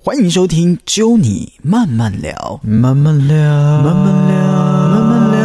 欢迎收听《揪你慢慢聊》，慢慢聊，慢慢聊，慢慢聊，慢慢聊。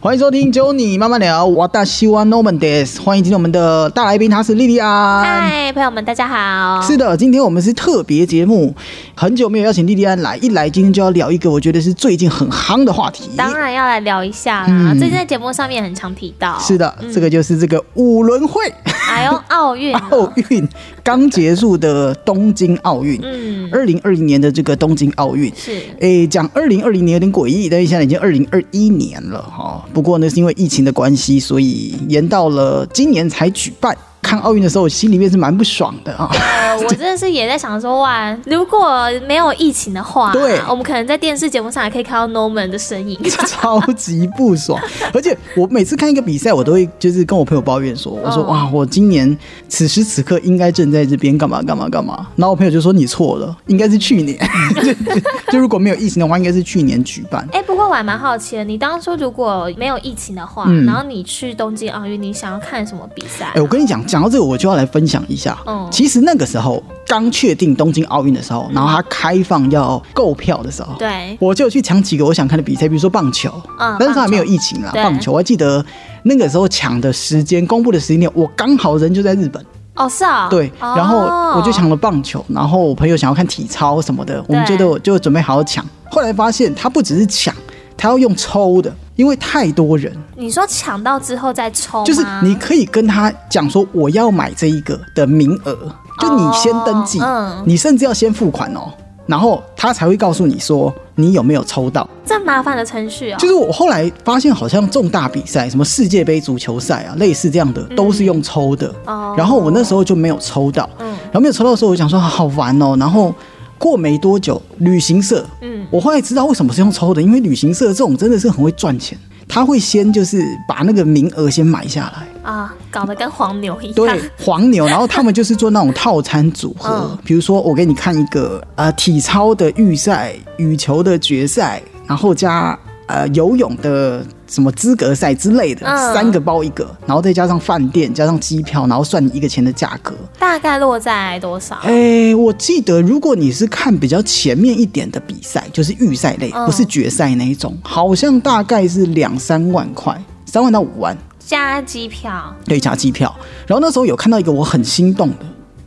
欢迎收听《揪你慢慢聊》，我大西湾 Norman Des，欢迎今天我们的大来宾，他是莉莉安。嗨，朋友们，大家好。是的，今天我们是特别节目，很久没有邀请莉莉安来，一来今天就要聊一个我觉得是最近很夯的话题。当然要来聊一下啦。嗯最近在节目上面很常提到。是的，这个就是这个五轮会还有奥 运啊。奥运刚结束的东京奥运，嗯，二零二零年的这个东京奥运， 是诶，讲二零二零年有点诡异，但是现在已经二零二一年了哈、不过呢，是因为疫情的关系，所以延到了今年才举办。看奥运的时候，我心里面是蛮不爽的啊。呃，我真的是也在想说，哇，如果没有疫情的话，对我们可能在电视节目上还可以看到 Norman 的 身影。超级不爽。而且我每次看一个比赛，我都会就是跟我朋友抱怨说，我说嗯哇，我今年此时此刻应该正在这边干嘛干嘛干嘛。然后我朋友就说你错了，应该是去年， 就就就如果没有疫情的话，应该是去年举办。哎、不过我还蛮好奇的，你当初如果没有疫情的话，嗯然后你去东京奥运，你想要看什么比赛哎、？我跟你讲，讲到这个，我就要来分享一下。嗯其实那个时候刚确定东京奥运的时候，然后它开放要购票的时候，对，我就去抢几个我想看的比赛，比如说棒球，嗯那时候还没有疫情啦，棒球对棒球我还记得那个时候抢的时间，公布的时间点，我刚好人就在日本，哦，是啊、哦，对，然后我就抢了棒球，然后我朋友想要看体操什么的，我们就对都就准备好好抢，后来发现他不只是抢，他要用抽的，因为太多人，你说抢到之后再抽吗，就是你可以跟他讲说我要买这一个的名额，就你先登记，哦嗯你甚至要先付款哦，然后他才会告诉你说你有没有抽到。这麻烦的程序哦，就是我后来发现，好像重大比赛，什么世界杯足球赛啊，类似这样的，都是用抽的。嗯哦然后我那时候就没有抽到，嗯然后没有抽到的时候，我想说啊好烦哦。然后过没多久，旅行社，嗯我后来知道为什么是用抽的，因为旅行社这种真的是很会赚钱，他会先就是把那个名额先买下来。啊，搞得跟黄牛一样。对，黄牛，然后他们就是做那种套餐组合嗯，比如说我给你看一个呃体操的预赛、羽球的决赛，然后加呃游泳的什么资格赛之类的，嗯三个包一个，然后再加上饭店、加上机票，然后算你一个钱的价格。大概落在多少？哎，我记得如果你是看比较前面一点的比赛，就是预赛类，嗯不是决赛那一种，好像大概是两三万块，三万到五万。加机票，对，加机票。然后那时候有看到一个我很心动的，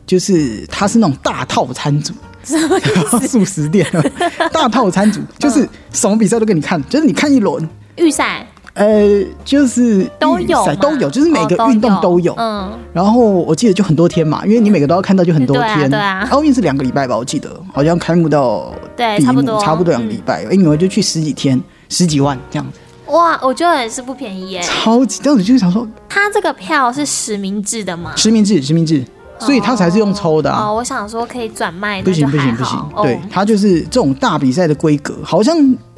就是它是那种大套餐组，素食 店啊，大套餐嗯组就是什么比赛都给你看，就是你看一轮，预赛呃，就是都预有赛吗都有，就是每个哦运动都有。嗯，然后我记得就很多天嘛，因为你每个都要看到，就很多对啊天。对啊奥运是两个礼拜吧，我记得好像开幕到对闭差不幕多嗯差不多两个礼拜，哎、你们就去十几天，十几万这样子，哇，我觉得也是不便宜耶。超级。当时就想说，他这个票是实名制的吗？实名制，实名制，所以他才是用抽的啊。哦，我想说可以转卖，那不行就不还行不行好，对哦，它就是这种大比赛的规格，好像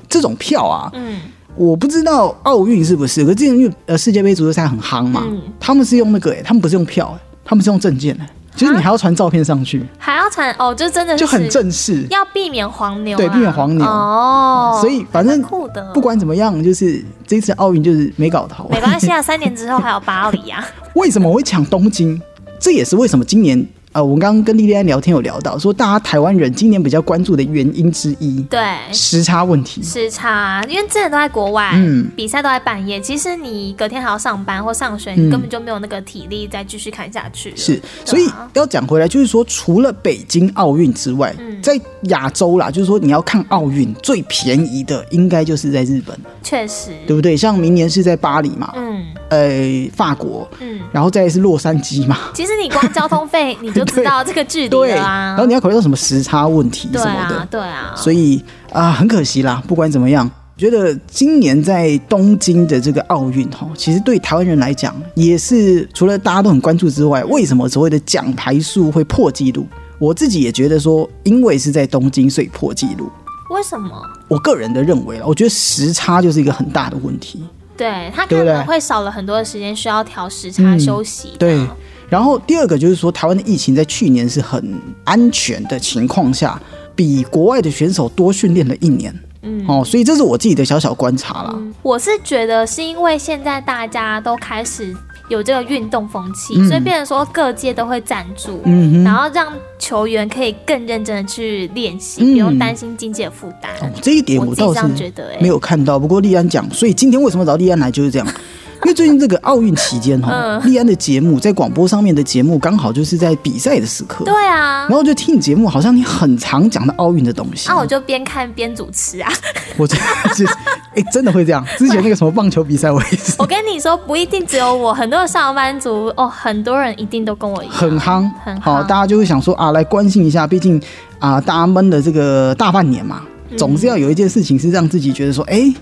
这种票啊，嗯，我不知道奥运是不是，可是之前因为呃世界杯足球赛很夯嘛嗯，他们是用那个、欸，他们不是用票、欸，他们是用证件、欸，就是你还要传照片上去，还要传哦，就真的是就很，正式。要避免黄牛啊，对避免黄牛哦，所以 反正还蛮酷的，不管怎么样，就是这次奥运就是没搞头。没关系啊，三年之后还有巴黎啊， 为什么我会抢东京？这也是为什么今年呃，我们刚刚跟莉莉安聊天有聊到，说大家台湾人今年比较关注的原因之一，对，时差问题。时差，因为之前都在国外，嗯比赛都在半夜，其实你隔天还要上班或上学，嗯你根本就没有那个体力再继续看下去了。是对，啊所以要讲回来，就是说，除了北京奥运之外，嗯在亚洲啦，就是说你要看奥运最便宜的，应该就是在日本，确实，对不对？像明年是在巴黎嘛，嗯呃，法国，嗯，然后再来是洛杉矶嘛，其实你光交通费你就知道这个距离对，了然 啊后。你要考虑到什么时差问题对什么啊的，，对啊，所以啊、很可惜啦。不管怎么样。我觉得今年在东京的这个奥运哈，其实对台湾人来讲，也是除了大家都很关注之外，为什么所谓的奖牌数会破纪录？我自己也觉得说，因为是在东京，所以破纪录。为什么？我个人的认为啦，我觉得时差就是一个很大的问题。对他对可不对能会少了很多的时间需要调时差嗯休息。对，然后第二个就是说，台湾的疫情在去年是很安全的情况下，比国外的选手多训练了一年。嗯，哦，所以这是我自己的小小观察啦。我是觉得是因为现在大家都开始有这个运动风气，嗯所以变成说各界都会赞助，嗯然哼，后让球员可以更认真的去练习，嗯不用担心经济的负担。哦，这一点我自己倒这是样觉得、欸，没有看到。不过利安讲，所以今天为什么找利安来就是这 样，因为最近这个奥运期间哈，嗯利安的节目在广播上面的节目刚好就是在比赛的时刻，对啊然。后就听你节目，好像你很常讲到奥运的东西。啊，我就边看边主持啊！我真的是， 哎、真的会这样。之前那个什么棒球比赛，我也 是我跟你说，不一定只有我，很多上班族哦，很多人一定都跟我一样。很夯，很夯好，大家就会想说啊，来关心一下，毕竟啊，大家闷了这个大半年嘛，嗯总是要有一件事情是让自己觉得说，哎、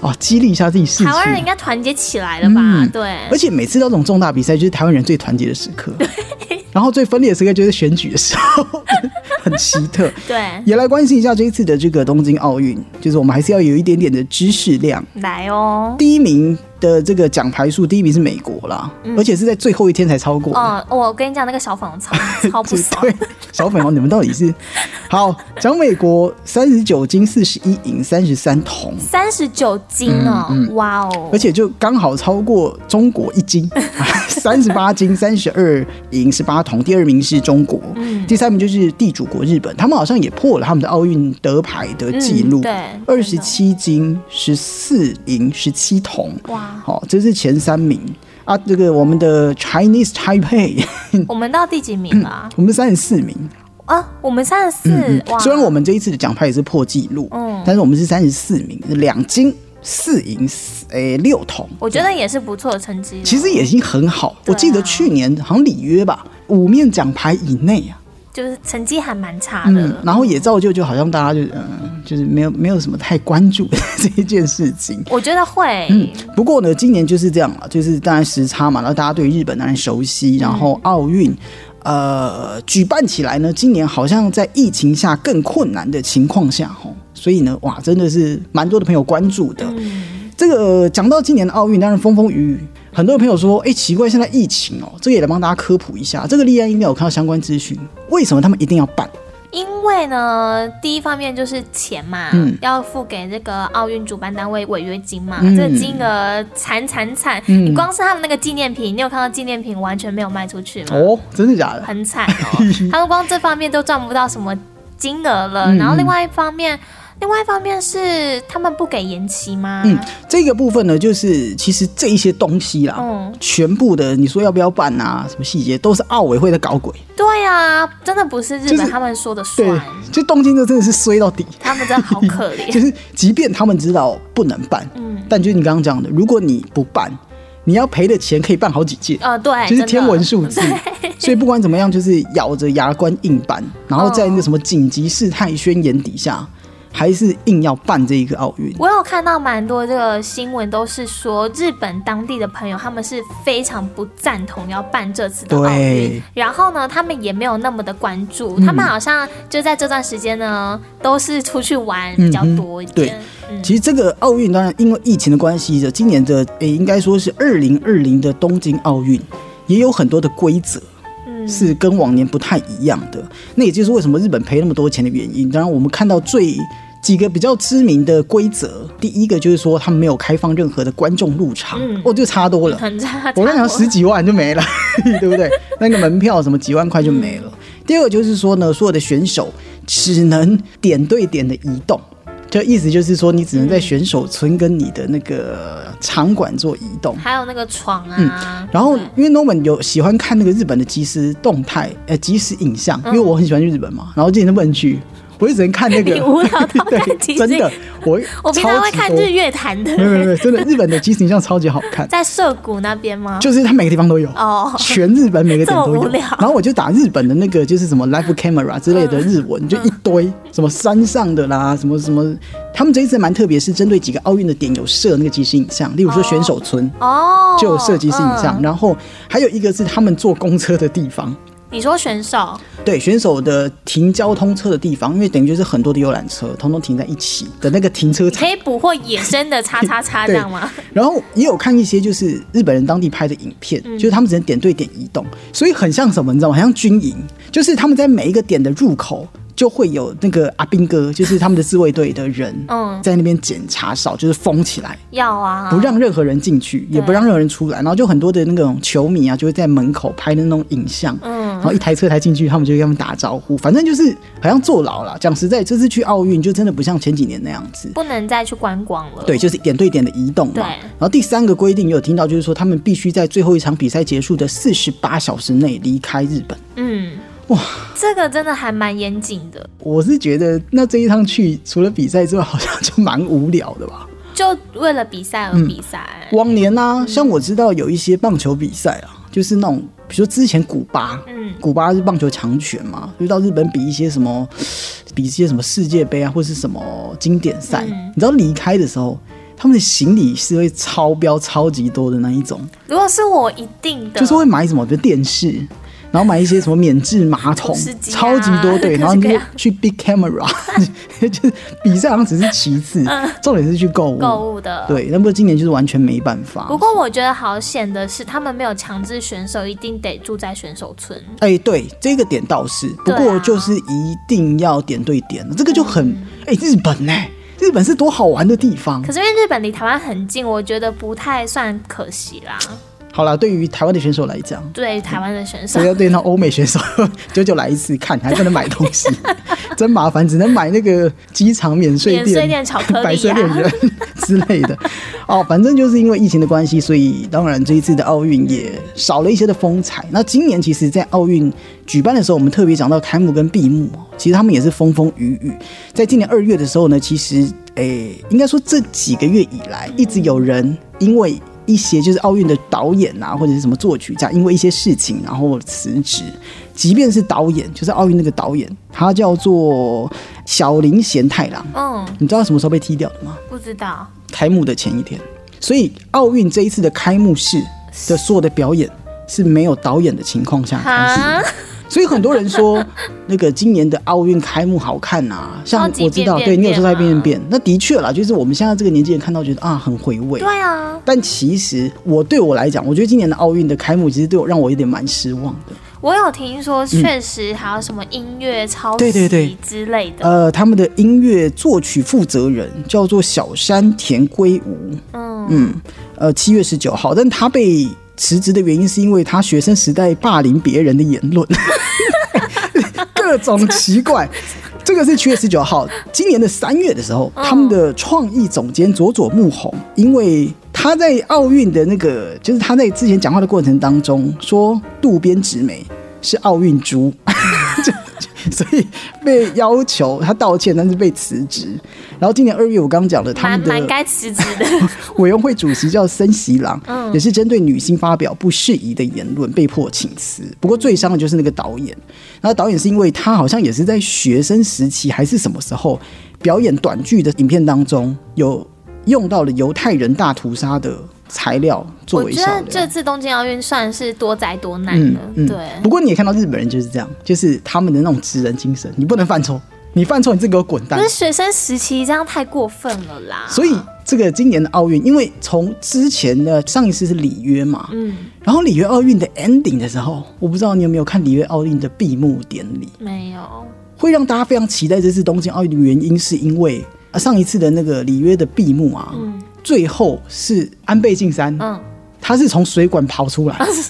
哦，激励一下自己士台湾人应气。该团结起来了吧？嗯对，而且每次到这种重大比赛，就是台湾人最团结的时刻，然后最分裂的时刻就是选举的时候，很奇特。对，也来关心一下这一次的这个东京奥运，就是我们还是要有一点点的知识量。来哦。第一名的这个奖牌数，第一名是美国啦，而且是在最后一天才超过。嗯哦，我跟你讲，那个小粉红超超不这 爽。对，小粉红，你们到底是好讲美国三十九金四十一银三十三铜，三十九斤哦，嗯哇哦而！且就刚好超过中国一 金，三十八金三十二银十八铜，第二名是中国，嗯第三名就是地主国日本，他们好像也破了他们的奥运得牌的记录，嗯对二十七金十四银十七铜，哇，好、这是前三名啊，这个我们的 Chinese Taipei， 我们到第几名了啊？我们三十四名。啊，我们三十四哇！嗯虽然我们这一次的奖牌也是破纪录，嗯但是我们是三十四名，两金四银，四诶六铜，我觉得也是不错的成绩了，其实也已经很好。对我啊记得去年好像里约吧，五面奖牌以内啊，就是成绩还蛮差嗯，的。然后也造就就好像大家就嗯，就是没有没有什么太关注这一件事情。我觉得会，不过呢，今年就是这样了，就是当然时差嘛，然后大家对日本当然熟悉，然后奥运。呃，举办起来呢，今年好像在疫情下更困难的情况下，吼，所以呢，哇，真的是蛮多的朋友关注的。这个讲到今年的奥运，当然风风雨雨，很多朋友说，哎、奇怪，现在疫情哦，这个也来帮大家科普一下。这个立安应该有看到相关资讯，为什么他们一定要办？因为呢，第一方面就是钱嘛，嗯要付给这个奥运主办单位违约金嘛，嗯这个金额惨惨惨！嗯你光是他们那个纪念品，你有看到纪念品完全没有卖出去吗？哦，真的假的？很惨哦， 他们光这方面都赚不到什么金额了。嗯然后另外一方面，另外一方面是他们不给延期吗？嗯，这个部分呢，就是其实这一些东西啦，嗯全部的你说要不要办啊，什么细节都是奥委会在搞鬼。对啊，真的不是日就本是他们说的算，对，就东京这真的是衰到底，他们真的好可 就怜。是即便他们知道不能办，嗯，但就是你刚刚讲的，如果你不办，你要赔的钱可以办好几届。呃，对，就是真的天文数字，所以不管怎么样，就是咬着牙关硬办，然后在那个什么紧急事态宣言底下，还是硬要办这一个奥运。我有看到蛮多这个新闻，都是说日本当地的朋友他们是非常不赞同要办这次的奥运对，嗯然后呢，他们也没有那么的关注，他们好像就在这段时间呢，都是出去玩比较多一点。嗯其实这个奥运当然因为疫情的关系的，今年的诶、应该说是二零二零的东京奥运，也有很多的规则嗯是跟往年不太一样的。那也就是为什么日本赔那么多钱的原因。当然，我们看到最几个比较知名的规则，第一个就是说他们没有开放任何的观众入场，嗯哦，就差多了。很差，我那差想不多十几万就没了， 对不对？那个门票什么几万块就没了。第二个就是说呢，所有的选手只能点对点的移动，就意思就是说你只能在选手村跟你的那个场馆做移动。还有那个床啊，然后对，因为 Norman 有喜欢看那个日本的即时动态，呃，即时影像，嗯因为我很喜欢去日本嘛，然后今年都不能去，我就只能看那个。 你无聊到看 即对，时真的，我我平常会看日没月潭有没有的，没有，真的日本的即时影像超级好看， 在涩谷那边吗？就是它每个地方都有。哦，全日本每个点都这么无有聊，然后我就打日本的那个就是什么 live camera 之类的日嗯文，就一堆什么山上的啦，什么什么，他们这一次蛮特别，是针对几个奥运的点有设那个即时影像，例如说选手村哦，就有设计师影像，嗯然后还有一个是他们坐公车的地方，你说选手，对选手的停交通车的地方，因为等于就是很多的游览车通通停在一起的那个停车你场可，以捕获野生的叉叉叉这对样吗？然后也有看一些就是日本人当地拍的影片，嗯就是他们只能点对点移动，所以很像什么，你知道吗？很像军营，就是他们在每一个点的入口。就会有那个阿兵哥，就是他们的自卫队的人，嗯，在那边检查哨，就是封起来，要啊，不让任何人进去，也不让任何人出来。然后就很多的那种球迷啊，就会在门口拍的那种影像，然嗯，后一台车台进去，他们就跟他们打招呼，反正就是好像坐牢了。讲实在，这次去奥运就真的不像前几年那样子。不能再去观光了。对，就是点对点的移动嘛。对然后第三个规定也有听到，就是说他们必须在最后一场比赛结束的四十八小时内离开日本。嗯，哇，这个真的还蛮严谨的。我是觉得那这一趟去，除了比赛之外，好像就蛮无聊的吧。就为了比赛而嗯比赛，往年嗯啊，像我知道有一些棒球比赛啊，就是那种，比如说之前古巴，嗯古巴是棒球强权嘛，就到日本比一些什么，比一些什么世界杯啊，或是什么经典赛。嗯你知道离开的时候，他们的行李是会超标超级多的那一种，如果是我一定的，就是会买什么，比如电视，然后买一些什么免治 马桶，厨师机啊超级多对， 各式然后你各就样去 big camera，就是 比赛好像只是其次， 重点是去购物。嗯购物的。嗯对，那不过今年就是完全没办法。不过我觉得好险的是，他们没有强制选手一定得住在选手村。哎、对，这个点倒是，不对啊嗯过就是一定要点对点，这个就很哎、日本呢、日本是多好玩的地方可。是因为日本离台湾很近，我觉得不太算可惜啦。好啦，对于台湾的选手来 讲，对于台湾的选手所以，要对那欧美选手 久久来一次看，还不能买东 西，真麻烦，只能买那个机场免税免税店巧克力 啊白色恋人之类的。哦，反正就是因为疫情的关系，所以当然这一次的奥运也少了一些的风采。那今年其实，在奥运举办的时候，我们特别讲到开幕跟闭幕哦，其实他们也是风风雨雨。在今年二月的时候呢，其实诶，应该说这几个月以来，一直有人因为一些就是奥运的导演啊，或者是什么作曲家，因为一些事情然后辞职。即便是导演，就是奥运那个导演，他叫做小林贤太郎。嗯，你知道什么时候被踢掉的吗？不知道开幕的前一天。所以奥运这一次的开幕式的所有的表演是没有导演的情况下开始的。哈，所以很多人说，那个今年的奥运开幕好看呐、像超级我知道，变对变你有变时候在嘛变变，那的确啦，就是我们现在这个年纪人看到觉得啊很回味。对啊，但其实我对我来讲，我觉得今年的奥运的开幕其实对我让我有点蛮失望的。我有听说，确实还有什么音乐嗯抄对对对袭之类的，呃，他们的音乐作曲负责人叫做小山田圭吾，嗯，嗯，呃，七月十九号，但他被辞职的原因是因为他学生时代霸凌别人的言论， 各种奇怪。这个是七月十九号，今年的三月的时候，他们嗯的创意总监佐佐木宏，因为他在奥运的那个，就是他在之前讲话的过程当中说渡边直美是奥运猪， 就所以被要求他道歉，但是被辞职。然后今年二月，我刚讲的，他蛮们的蛮该辞职的，委员会主席叫森喜朗，嗯也是针对女性发表不适宜的言论被迫请辞。不过最伤的就是那个导演，然后导演是因为他好像也是在学生时期还是什么时候表演短剧的影片当中有用到了犹太人大屠杀的材料 作我为觉笑得料这。次东京奥运算是多灾多难嗯了，嗯，对，不过你也看到日本人就是这样，就是他们的那种职人精神，你不能犯错，你犯错你自己给我滚蛋可是。学生时期这样太过分了啦，所以这个今年的奥运，因为从之前的上一次是里约嘛，嗯，然后里约奥运的 ending 的时候，我不知道你有没有看里约奥运的闭幕典礼，没有， 会让大家非常期待这次东京奥运的原因，是因为啊上一次的那个里约的闭幕啊，嗯最后是安倍晋三，嗯，他是从水管跑出来，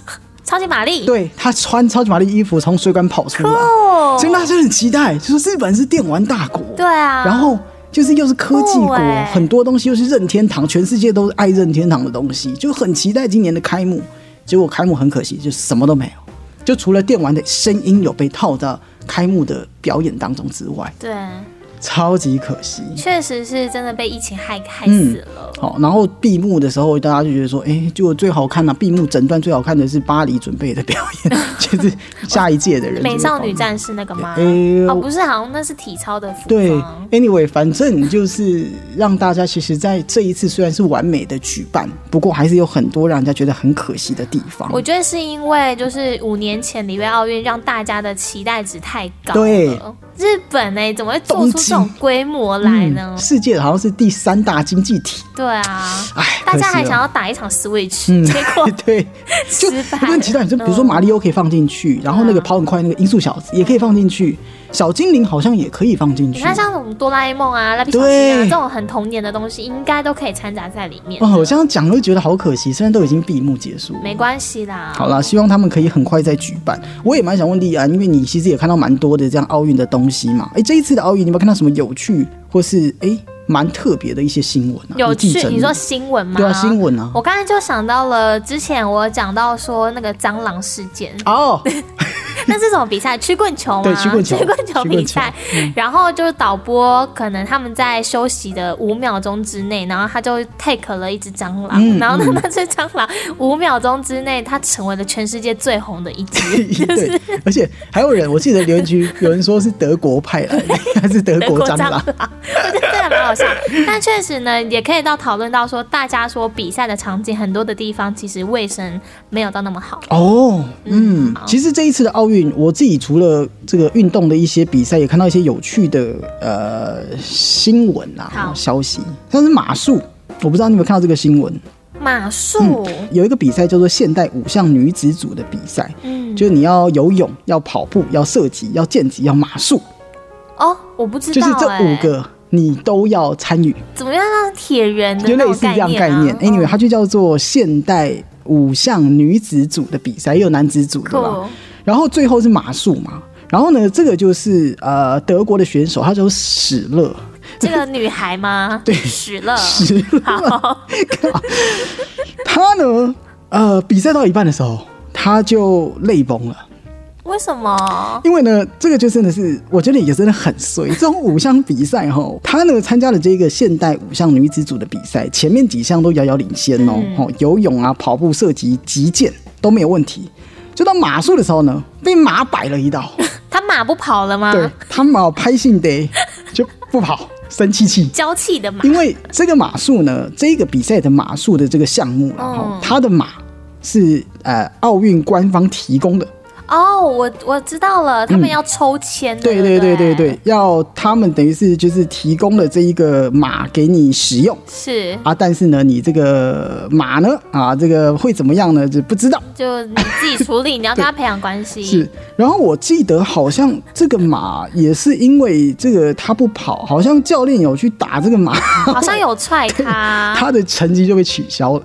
超级玛丽，对他穿超级玛丽衣服从水管跑出来，哦，所以大家就很期待，就说日本是电玩大国，对啊，然后就是又是科技酷国，欸很多东西又是任天堂，全世界都是爱任天堂的东西，就很期待今年的开幕。结果开幕很可惜，就什么都没有，就除了电玩的声音有被套到开幕的表演当中之外，对，超级可惜。确实是真的被疫情害害嗯死了，好，然后闭幕的时候，大家就觉得说，哎，就最好看了、闭幕整段最好看的是巴黎准备的表演， 就是下一届的人就会美少女放战士那个吗？哎呦哦，不是，好像那是体操的服对装。 ，anyway，反正就是让大家其实在这一次虽然是完美的举办，不过还是有很多让人家觉得很可惜的地方。我觉得是因为就是五年前里约奥运让大家的期待值太高了，对日本呢、怎么会做出这种规模来呢嗯？世界好像是第三大经济体， 对啊，哎，大家还想要。要打一场 Switch，、嗯 结果 对，就失败了问题在你就比如说嗯马里奥可以放进去，然后那个跑很快那个音速小子也可以放进去，小精灵好像也可以放进嗯你去。看像我们哆啦 A 梦啊、蜡笔小新啊对哦这种很童年的东西，应该都可以掺杂在里面。哇，我这样讲都觉得好可惜，虽然都已经闭幕结束了。没关系啦，好啦，希望他们可以很快再举办。我也蛮想问莉安，因为你其实也看到蛮多的这样奥运的东西嘛。哎、这一次的奥运，你有没有看到什么有趣或是哎蛮、特别的一些新闻啊？有地趣。震你说新闻吗？对啊，新。闻啊。我刚才就想到了，之前我讲到说那个蟑螂事件，哦， 那是什么比赛？曲棍球吗？对曲棍球嗯曲棍比赛。然后就是导播可能他们在休息的五秒钟之内，然后他就 take 了一只蟑螂，嗯然后嗯那那只蟑螂五秒钟之内，它成为了全世界最红的一只。对，而且还有人，我记得留言区有人说是德国派来的， 还是德国蟑螂？ 我觉得真的蛮好笑。但确实呢，也可以到讨论到说，大家说比赛的场景很多的地方，其实卫生没有到那么好。哦，嗯嗯好，其实这一次的奥运，我自己除了这个运动的一些比赛，也看到一些有趣的呃新闻啊好消息，像是马术，我不知道你有没有看到这个新闻，马术，有一个比赛叫做现代五项女子组的比赛，嗯，就是你要游泳、要跑步、要射击、要剑击、要马术，哦，我不知就道、是欸，这五个你都要参与，怎么样让铁人的就类那种似这样概念念啊、。 Anyway，嗯它就叫做现代五项女子组的比赛，也有男子组的啦。酷，然后最后是马术嘛，然后呢，这个就是呃德国的选手，他叫史 勒，这个女 孩吗？对，死了，史勒，好，他呢，呃，比赛到一半的时候，他就泪崩了。为什么？因为呢，这个就真的是，我觉得也真的很衰。这种五项比赛哈，他呢参加了这个现代五项女子组的比赛，前面几项都遥遥领先哦，嗯哦，游泳啊、跑步、射击、击剑都没有问题。就到马术的时候呢，被马摆了一道，她马不跑了吗？对他马拍性得就不跑，生气气。娇气的马，因为这个马术呢，这个比赛的马术的这个项目然后嗯它的马是呃奥运官方提供的，哦，我我知道了，他们要抽签的、嗯对对对不对对对，，要他们等于是就是提供了这一个马给你使用是，啊，但是呢，你这个马呢啊，这个会怎么样呢？就不知道就你自己 处理，你要跟他培养关系，是。然后我记得好像这个马也是因为这个它不跑，好像教练有去打这个马，好像有踹 他它的成绩就被取消 了，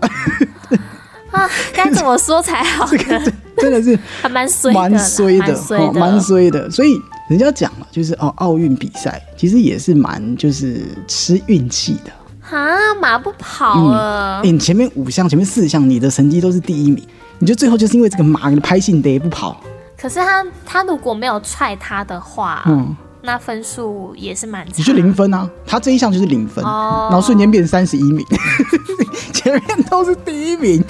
啊，该怎么说才好 呢？真的 是还蛮衰的啦，蛮衰的蛮，衰哦蛮的，衰的。所以人家讲了，就是哦，奥运比赛其实也是蛮就是吃运气的。啊，马不跑了哎、，你前面五项、前面四项，你的成绩都是第一名，你就最后就是因为这个马你的拍性得不跑，可是他他如果没有踹他的话，嗯，那分数也是蛮差，你就零分啊。他这一项就是零分，哦然后瞬间变三十一名， 前面都是第一名，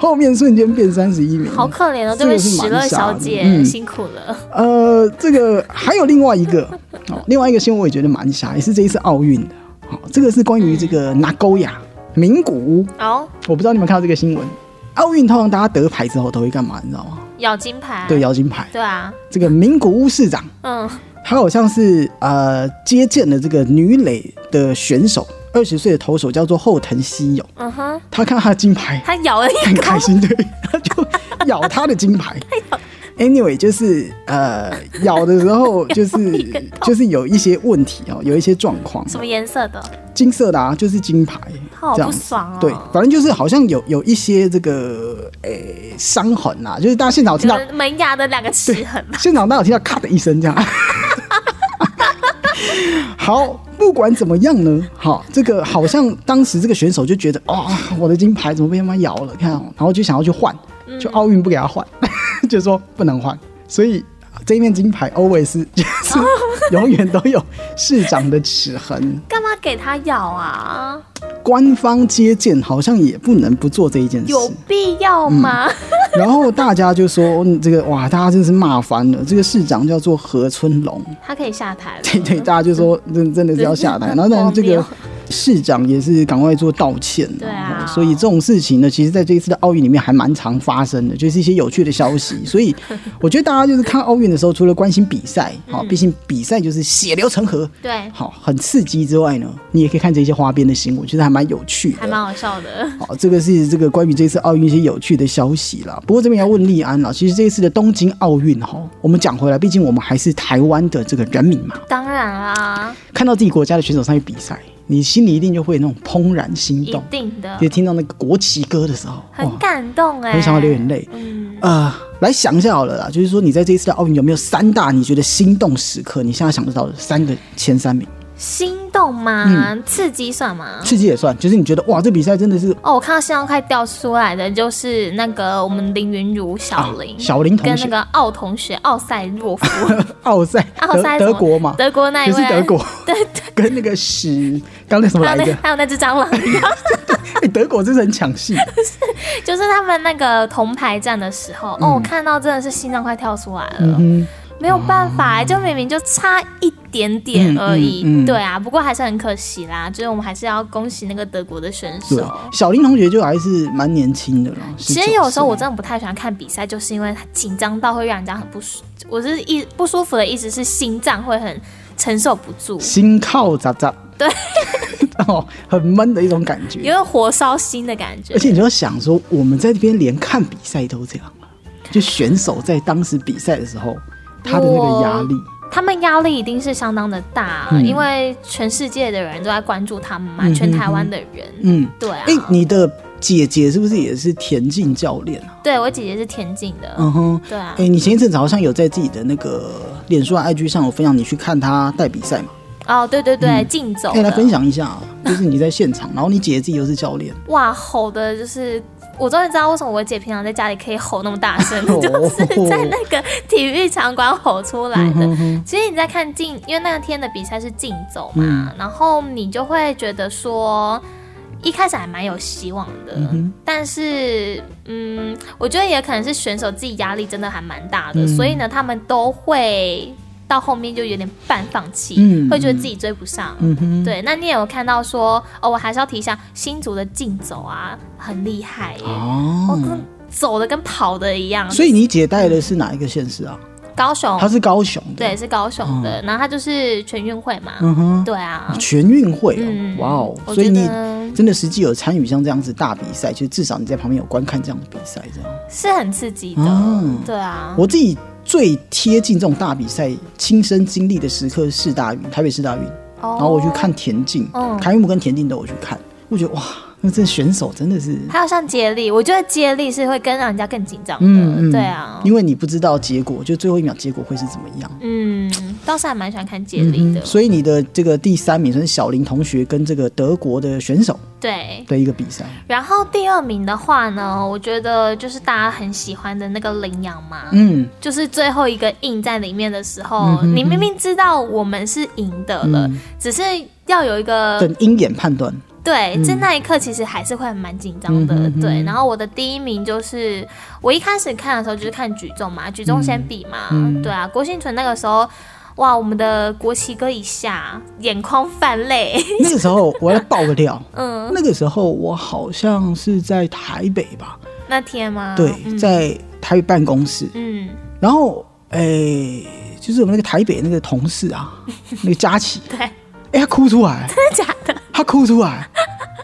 后面瞬间变三十一名，好可怜哦，这嗯这个位是史蛮乐傻小的姐、嗯辛苦了。呃，这个还有另外一个，哦，另外一个新闻我也觉得蛮傻，也是这一次奥运的。好、这个是关于这嗯个拿勾雅名古屋，哦，我不知道你们看到这个新闻。奥运通常大家得牌之后都会干嘛，你知道吗？咬金牌，对，摇金牌。对啊，这个名古屋市长嗯，他好像是呃接见了这个女垒的选手，二十岁的投手叫做后藤希友。嗯哼，他看他的金牌，他咬了一 很开口，心，对，他就咬他的金 牌。Anyway，就是呃，咬的时候 就是就是有一些问题哦，有一些状况，什么颜色的？金色的啊，就是金牌，他好这不样子。爽哦。对，反正就是好像有有一些这个诶伤、痕啊，就是大家现场有听到就是门牙的两个齿痕吧。现场大家有听到咔的一声这样。 好，不管怎么样呢，好，这个好像当时这个选手就觉得，哦，我的金牌怎么被他妈咬了？看哦，然后就想要去换，就奥运不给他换， 就说不能换，所以这一面金牌 always 就是永远都有市长的齿痕。干嘛给他咬啊？官方接见好像也不能不做这一件事，有必要嗯吗？然后大家就说嗯这个哇，大家真是骂翻了，这个市长叫做何春龙。他可以下台 了。对对，大家就说真真的是要下台。然后但是这荒个谬市长也是赶快做道歉、哦对啊所以这种事情呢，其实在这一次的奥运里面还蛮常发生的，就是一些有趣的消息。 所以我觉得大家就是看奥运的时候，除了关心比赛，好、毕竟比赛就是血流成河，嗯对，好很刺激之外呢，你也可以看这些花边的新闻，其实还蛮有趣的，还蛮好笑的。好，这个是这个关于这次奥运一些有趣的消息啦。不过这边要问立安啦，其实这一次的东京奥运哈，我们讲回来，毕竟我们还是台湾的这个人民嘛，当然啦，看到自己国家的选手上去比赛，你心里一定就会有那种怦然心一动。定的就，听到那个国旗歌的时候，很感动哎、很想要流眼泪。嗯，呃，来想一下好了啦，就是说你在这一次的奥运有没有三大你觉得心动时刻？你现在想得到的三个前三名，心动吗？嗯刺激算吗？刺激也算，就是你觉得哇，这比赛真的是 哦，我看到心脏快掉出来的就是那个我们林云如、小林、啊小林同跟学那个奥同学奥赛洛夫，奥赛奥 赛德什么德国嘛，德国那一也是位，德国， 对对，跟那个史刚那什么还来有着那？还有那只蟑螂 一样，哎，德国真是很抢 戏，就是他们那个铜牌战的时候，哦，我看到真的是心脏快跳出来了。嗯，没有办法、就明明就差一点点而已，嗯嗯嗯对啊，不过还是很可惜啦，就是我们还是要恭喜那个德国的选对手。，小林同学就还是蛮年轻的了。其实19哦有时候我岁真的不太喜欢看比赛，就是因为它紧张到会让人家很不舒，我是一不舒服的意思是心脏会很承受不住，心靠杂杂，对， 哦，很闷的一种感觉有。点火烧心的感觉而。且你就要想说，我们在这边连看比赛都这样了，就选手在当时比赛的时候，他的那个压力，他们压力一定是相当的大，啊嗯因为全世界的人都在关注他们嘛，嗯全台湾的人，嗯，对啊，哎、你的姐姐是不是也是田径教练啊？对我姐姐是田径的，嗯哼，对啊哎、，你前一阵子好像有在自己的那个脸书和 IG 上有分享你去看他带比赛嘛？哦，对对对，竞、走可以来嗯的。分享一下啊，就是你在现场，然后你姐姐自己又是教练，哇，吼的就是。我终于知道为什么我姐平常在家里可以吼那么大 声，哦嗯就是在那个体育场馆吼出来的。其实你在看竞，因为那天的比赛是竞走嘛，嗯然后你就会觉得说，一开始还蛮有希望的，嗯但是嗯，我觉得也可能是选手自己压力真的还蛮大嗯的，所以呢，他们都会到后面就有点半放弃，嗯会觉得自己追不上。嗯哼，对，那你也有看到说，哦，我还是要提一下新竹的竞走啊，很厉害耶，哦，哦，跟走的跟跑的一样。所以你姐带的是哪一个县市啊？高雄她，是高雄的，哦对，，是高雄的，然后他就是全运会嘛，嗯哼，对啊，全运会嗯哦，哇哦，我所以觉你得真的实际有参与像这样子大比赛，就至少你在旁边有观看这样的比赛，这样。是很刺激的，嗯对啊，我自己最贴近这种大比赛、亲身经历的时刻是世大运，台北市大运，然然后我去，看田径嗯，开幕跟田径都有去看，我觉得哇，那这选手真的是。还有像接力，我觉得接力是会更让人家更紧张的，嗯嗯对啊，因为你不知道结果，就最后一秒结果会是怎么样。嗯，倒是还蛮喜欢看接力的，所以你的这个第三名算是小林同学跟这个德国的选手对，的一个比赛。然后第二名的话呢，我觉得就是大家很喜欢的那个羚羊嘛，嗯，就是最后一个印在里面的时候，你明明知道我们是赢的了，只是要有一个等鹰眼判断。对，在那一刻其实还是会蛮紧张的。对，然后我的第一名就是我一开始看的时候就是看举重嘛，举重先比嘛，对啊，郭幸存那个时候。哇，我们的国旗歌一下，眼眶泛泪。 那个时候我要爆个料，嗯，那个时候我好像是在台北吧，那天吗？对，嗯在台北办公室，嗯，然后诶、就是我们那个台北那个同事 啊，那个佳琪，对，哎、他哭出来，真的假的？ 他哭出来，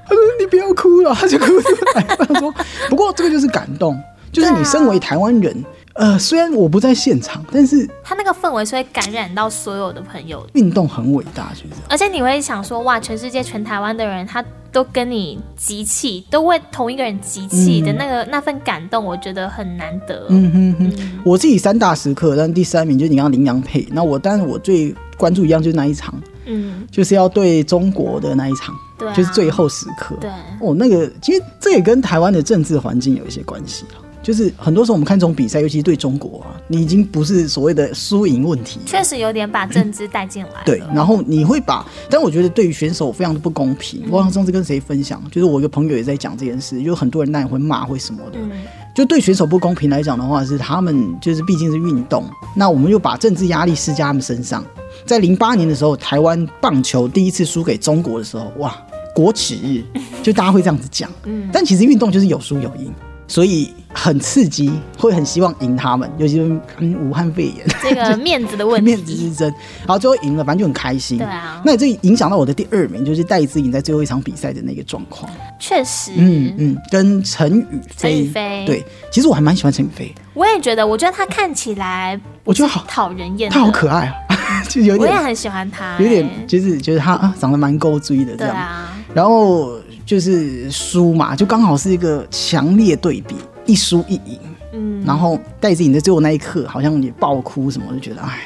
他说你不要哭了，他 就哭出来。他说，不过这个就是感动，就是你身为啊台湾人，呃，虽然我不在现场，但是他那个氛围是会感染到所有的朋友的，运动很伟大，就是这样。而且你会想说，哇，全世界全台湾的人，他都跟你集气，都为同一个人集气的那个、那份感动，我觉得很难得。嗯哼哼，我自己三大时刻，但第三名就是你刚刚羚羊配，那我但是我最关注一样就是那一场，嗯，就是要对中国的那一场，对啊就是最后时刻。对，哦，那个其实这也跟台湾的政治环境有一些关系啊。就是很多时候我们看这种比赛，尤其是对中国啊，你已经不是所谓的输赢问题，确实有点把政治带进来了。对，然后你会把，但我觉得对于选手非常的不公平。嗯我好像上次跟谁分享，就是我一个朋友也在讲这件事，就很多人那也会骂会什么的，嗯，就对选手不公平来讲的话，是他们就是毕竟是运动，那我们又把政治压力施加他们身上。在零八年的时候，台湾棒球第一次输给中国的时候，哇，国耻 日，就大家会这样子讲。嗯但其实运动就是有输有赢，所以很刺激，会很希望赢他们，尤其是嗯武汉肺炎。这个面子的问 面子题，之争，好，最后赢了，反正就很开心。对啊那这影响到我的第二名，就是戴资颖在最后一场比赛的那个状况。确实，嗯嗯，跟陈宇陈飞，宇飞对，其实我还蛮喜欢陈宇飞，我也觉得，我觉得他看起来我觉得好，讨人厌，他好，可爱啊， 就有我也点很喜欢他、有哎点就是觉得他啊长得蛮够追的这对样。啊，然后就是输嘛，就刚好是一个强烈对比，一输一赢。嗯，然后戴资颖在最后那一刻好像也爆哭什么，我就觉得哎，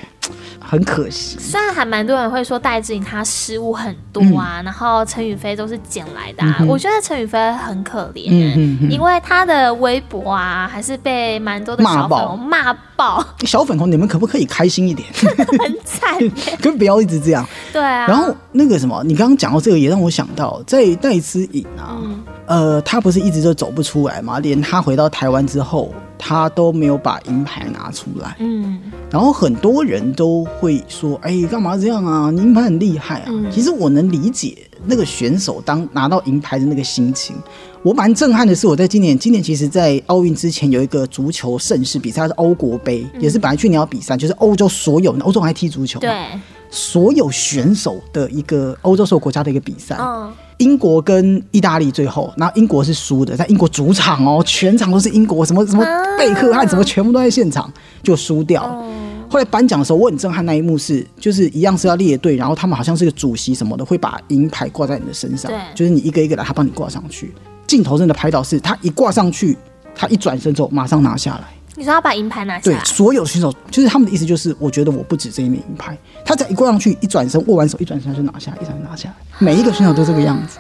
很可惜。虽然还蛮多人会说戴志颖他失误很多啊，嗯然后陈宇飞都是捡来的、啊，我觉得陈宇飞很可怜。嗯嗯因为他的微博啊，还是被蛮多的小粉红骂爆， 嗯，小粉红，你们可不可以开心一点？很惨。 可不要一直这样。对啊，然后那个什么，你刚刚讲到这个，也让我想到，在戴资颖啊，嗯呃，他不是一直都走不出来嘛？连他回到台湾之后，他都没有把银牌拿出来。嗯，然后很多人都会说：“哎，干嘛这样啊？你银牌很厉害啊！”嗯其实我能理解那个选手当拿到银牌的那个心情。我蛮震撼的是，我在今年，今年其实，在奥运之前有一个足球盛事比赛，它是欧国杯，也是本来去年要比赛，就是欧洲所有，欧洲还踢足球嘛，嗯对，所有选手的一个欧洲所有国家的一个比赛。嗯，英国跟意大利最后，然后英国是输的，在英国主场哦，全场都是英国，什么什么啊贝克汉，什么全部都在现场，就输掉了。哦后来颁奖的时候，我很震撼那一幕是，就是一样是要列队，然后他们好像是个主席什么的，会把银牌挂在你的身上对，就是你一个一个来，他帮你挂上去。镜头真的拍到是，他一挂上去，他一转身之后马上拿下来。你说要把银牌拿下对来，，所有选手就是他们的意思就是，我觉得我不止这一枚银牌。他只要一过上去，一转身握完手，一转身他就拿下来，一转身拿下来。每一个选手都这个样子，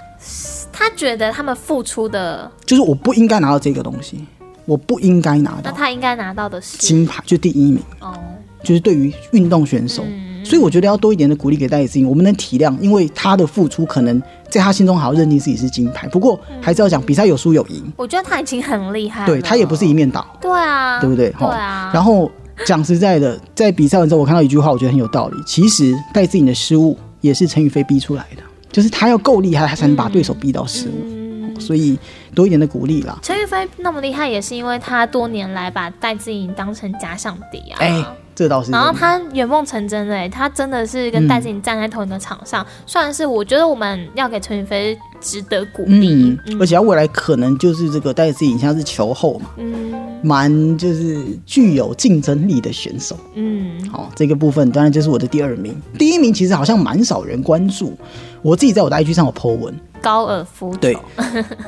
他觉得他们付出的，就是我不应该拿到这个东西，我不应该拿那到他应该拿到的是，金牌，就第一名，哦，就是对于运动选手。所以我觉得要多一点的鼓励给戴资颖，我们能体谅，因为他的付出可能在他心中好像认定自己是金牌。不过还是要讲，比赛有输有赢，我觉得他已经很厉害了，对他也不是一面倒。对啊，对不对？对齁啊，然后讲实在的，在比赛完之后，我看到一句话，我觉得很有道理。其实戴资颖的失误也是陈宇飞逼出来的，就是他要够厉害，他才能把对手逼到失误。嗯齁所以多一点的鼓励啦。陈宇飞那么厉害，也是因为他多年来把戴志颖当成假想敌啊。哎、这倒是真然后的。他圆梦成真的、欸，他真的是跟戴志颖站在同一个场上。虽然是我觉得我们要给陈宇飞值得鼓励嗯，，而且他未来可能就是这个戴资颖，像是球后嘛，嗯蛮就是具有竞争力的选手。嗯，好，这个部分当然就是我的第二名。第一名其实好像蛮少人关注，我自己在我的 IG 上有 po 文，高尔夫球 对，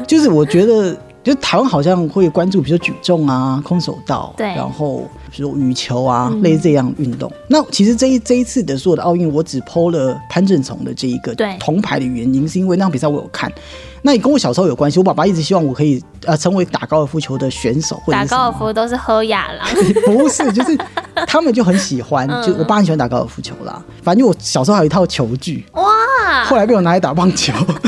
就是我觉得，就台湾好像会关注，比如说举重啊、空手道，对嗯然后比如说羽球啊，类似这样运动。那其实这一这一次的所有的奥运，我只抛了潘正从的这一个对铜牌的原因，是因为那场比赛我有看。那也跟我小时候有关系，我爸爸一直希望我可以呃成为打高尔夫球的选手，或者打是什么高尔夫都是喝雅郎，不是，就是他们就很喜欢，嗯就我爸很喜欢打高尔夫球啦。反正我小时候还有一套球具，哇，后来被我拿来打棒球，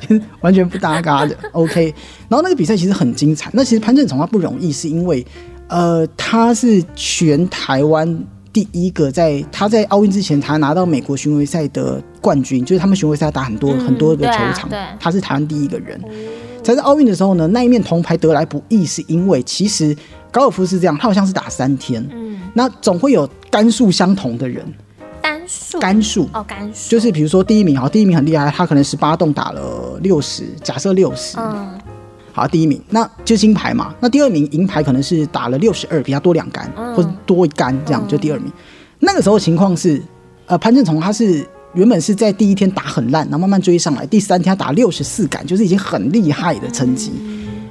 就是完全不搭嘎的。OK，然后那个比赛其实很精彩。那其实潘正从他不容易，是因为呃，他是全台湾。第一个在他在奥运之前，他拿到美国巡回赛的冠军，就是他们巡回赛打很多、嗯很多个对球啊场，对他是台湾第一个人。在这奥运的时候呢，那一面铜牌得来不易，是因为其实高尔夫是这样，他好像是打三天，嗯，那总会有杆数相同的人，单数杆数。哦，单数就是比如说第一名，好，第一名很厉害，他可能十八洞打了六十，假设六十，嗯好，第一名，那就金牌嘛。那第二名银牌可能是打了六十二，比他多两杆、嗯或者多一杆，这样就第二名。那个时候情况是，呃，潘正从他是原本是在第一天打很烂，然后慢慢追上来，第三天他打六十四杆，就是已经很厉害的成绩。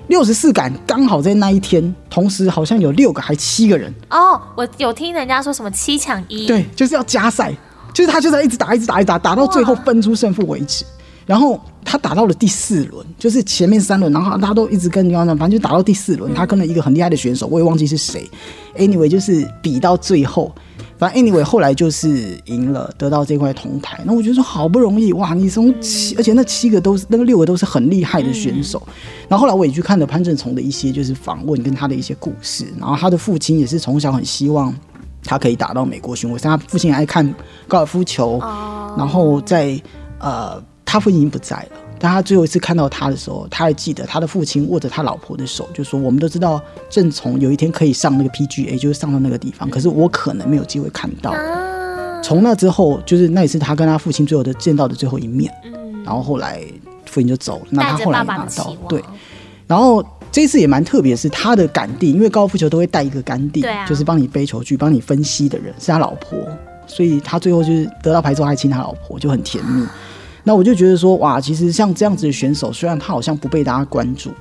六十四杆刚好在那一天，同时好像有六个还七个人，哦，我有听人家说什么七抢一，对，就是要加赛，就是他就在一直打，一直打，一直打，打到最后分出胜负为止。然后他打到了第四轮，就是前面三轮，然后他都一直跟对方反正就打到第四轮，他跟了一个很厉害的选手，我也忘记是谁。Anyway，就是比到最后，反正 anyway 后来就是赢了，得到这块铜牌。那我觉得说好不容易哇，你从七，而且那七个都是那个六个都是很厉害的选手。然后后来我也去看了潘正从的一些就是访问跟他的一些故事，然后他的父亲也是从小很希望他可以打到美国巡回赛。他父哦亲也爱看高尔夫球，然后在呃，他父亲已经不在了，当他最后一次看到他的时候，他还记得他的父亲握着他老婆的手，就说：“我们都知道郑从有一天可以上那个 PGA，就是上到那个地方，可是我可能没有机会看到。”嗯啊，从那之后，就是那也是他跟他父亲最后的见到的最后一面。嗯，然后后来父亲就走了，那带他着后来爸也爸拿的期到望，对。然后这一次也蛮特别，是他的杆弟，因为高尔夫球都会带一个杆弟，对啊就是帮你背球去、帮你分析的人是他老婆，所以他最后就是得到牌之后还亲他老婆，就很甜啊蜜。那我就觉得说，哇，其实像这样子的选手，虽然他好像不被大家关注，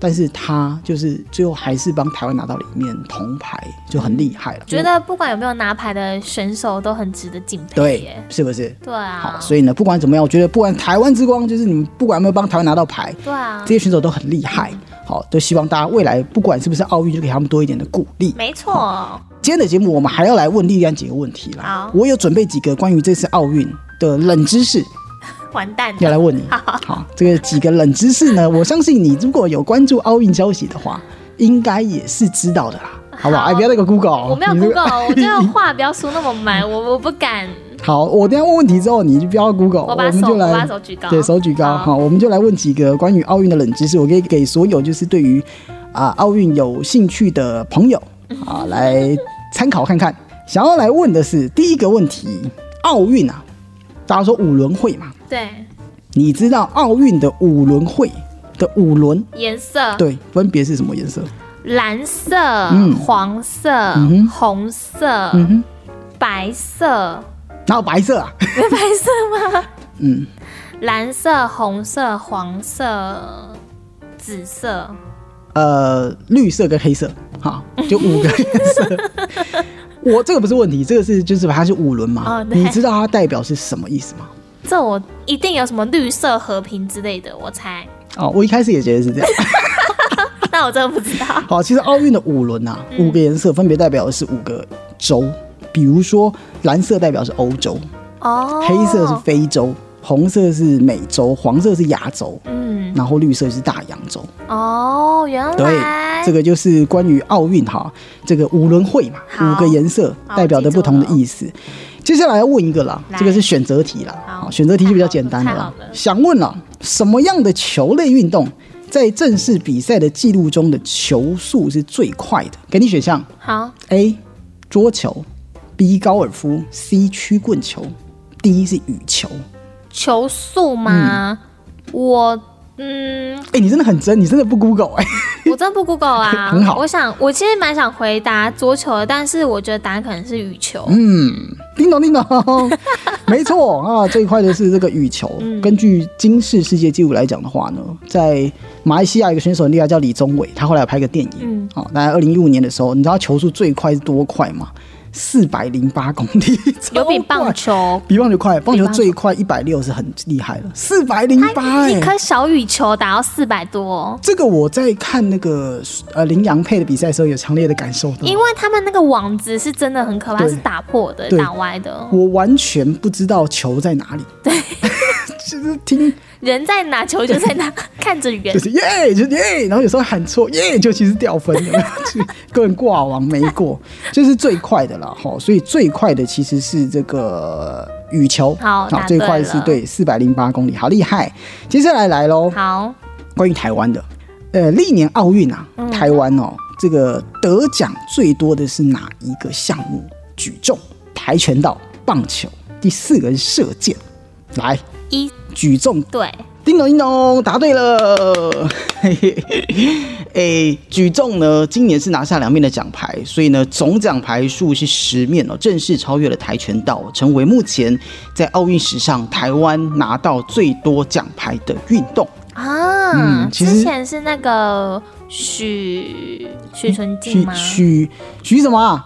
但是他就是最后还是帮台湾拿到了一面铜牌，就很厉害了。觉得不管有没有拿牌的选手都很值得敬佩对耶，，是不是？对啊好，，所以呢，不管怎么样，我觉得不管台湾之光，就是你们不管有没有帮台湾拿到牌，对啊这，些选手都很厉害。好，都希望大家未来不管是不是奥运，就给他们多一点的鼓励。没错，今天的节目我们还要来问丽安几个问题啦好。我有准备几个关于这次奥运的冷知识完蛋要来了，问你。好，这个几个冷知识呢，我相信你如果有关注奥运消息的话，应该也是知道的啦，好不好？好哎，不要那个 Google，哦我没有你这个 Google，我这个话不要说那么满，我我不敢， 好，我等一下问问题之后，你就不要 Google，我把们手就我来把手举高，对，手举高好哈，我们就来问几个关于奥运的冷知识，我可以给所有就是对于啊奥运有兴趣的朋友嗯啊来参考看看。想要来问的是第一个问题，奥运啊，大家说五轮会嘛，对，你知道奥运的五轮会的五轮颜色，对分别是什么颜色？蓝色、嗯黄色、哼红色、嗯哼，白色，哪有白色啊？ 白色吗？嗯，蓝色、红色、黄色、紫色，呃，绿色跟黑色，好，就五个颜色。 我这个不是问题，这个是就是它是五轮嘛，哦对你知道它代表是什么意思吗？这我一定有什么绿色和平之类的，我猜。哦，我一开始也觉得是这样。那我真的不知道。好，其实奥运的五轮啊，五个颜色分别代表的是五个洲，比如说蓝色代表是欧洲，哦， 黑色是非洲，红色是美洲，黄色是亚洲，嗯，然后绿色是大洋洲。哦，原对，来这个就是关于奥运哈，这个五轮会嘛，好五个颜色好代表的不同的意思。接下来要问一个啦，来这个是选择题啦，好好选择题就比较简单太好啦了。想问了，什么样的球类运动在正式比赛的记录中的球速是最快的？给你选项好 A 桌球，B 高尔夫，C 曲棍球，D 是羽球。球速嗯吗？我嗯，哎、你真的很真，你真的不 Google 哎、我真不 Google 啊。 很好我想，我其实蛮想回答桌球的，但是我觉得答案可能是羽球。嗯，叮咚叮 咚，没错啊，最快的是这个羽球。嗯根据金氏世界纪录来讲的话呢，在马来西亚有一个选手很厉害，叫李宗伟，他后来有拍个电影，嗯好、大概二零一五年的时候，你知道他球速最快是多快吗？四百零八公里，有比超快棒球比棒球快，棒球比棒球最快一百六是很厉害了，四百零八一哎。颗小羽球打到四百多，这个我在看那个呃羚羊配的比赛的时候有强烈的感受到，因为他们那个网子是真的很可怕，嗯对是打破的，对打歪的。我完全不知道球在 哪里。对，就是听人在哪，球就 在哪，看着人就。是耶，就是耶，然后有时候喊错耶，就其实掉分了， 就个人挂网没过，这是最快的啦，哈，所以最快的其实是这个羽球，好答最对快了是对四百零八公里，好厉害。接下来来喽，好，关于台湾的，呃，历年奥运啊，嗯台湾哦，这个得奖最多的是哪一个项目？举重、跆拳道、棒球，第四个是射箭。来，一举重对，叮咚叮咚，答对了。 嘿嘿诶，举重呢，今年是拿下两面的奖牌，所以呢，总奖牌数是十面哦，正式超越了跆拳道，成为目前在奥运史上台湾拿到最多奖牌的运动。啊，嗯其实之前是那个许许纯许净吗？许许什么 啊？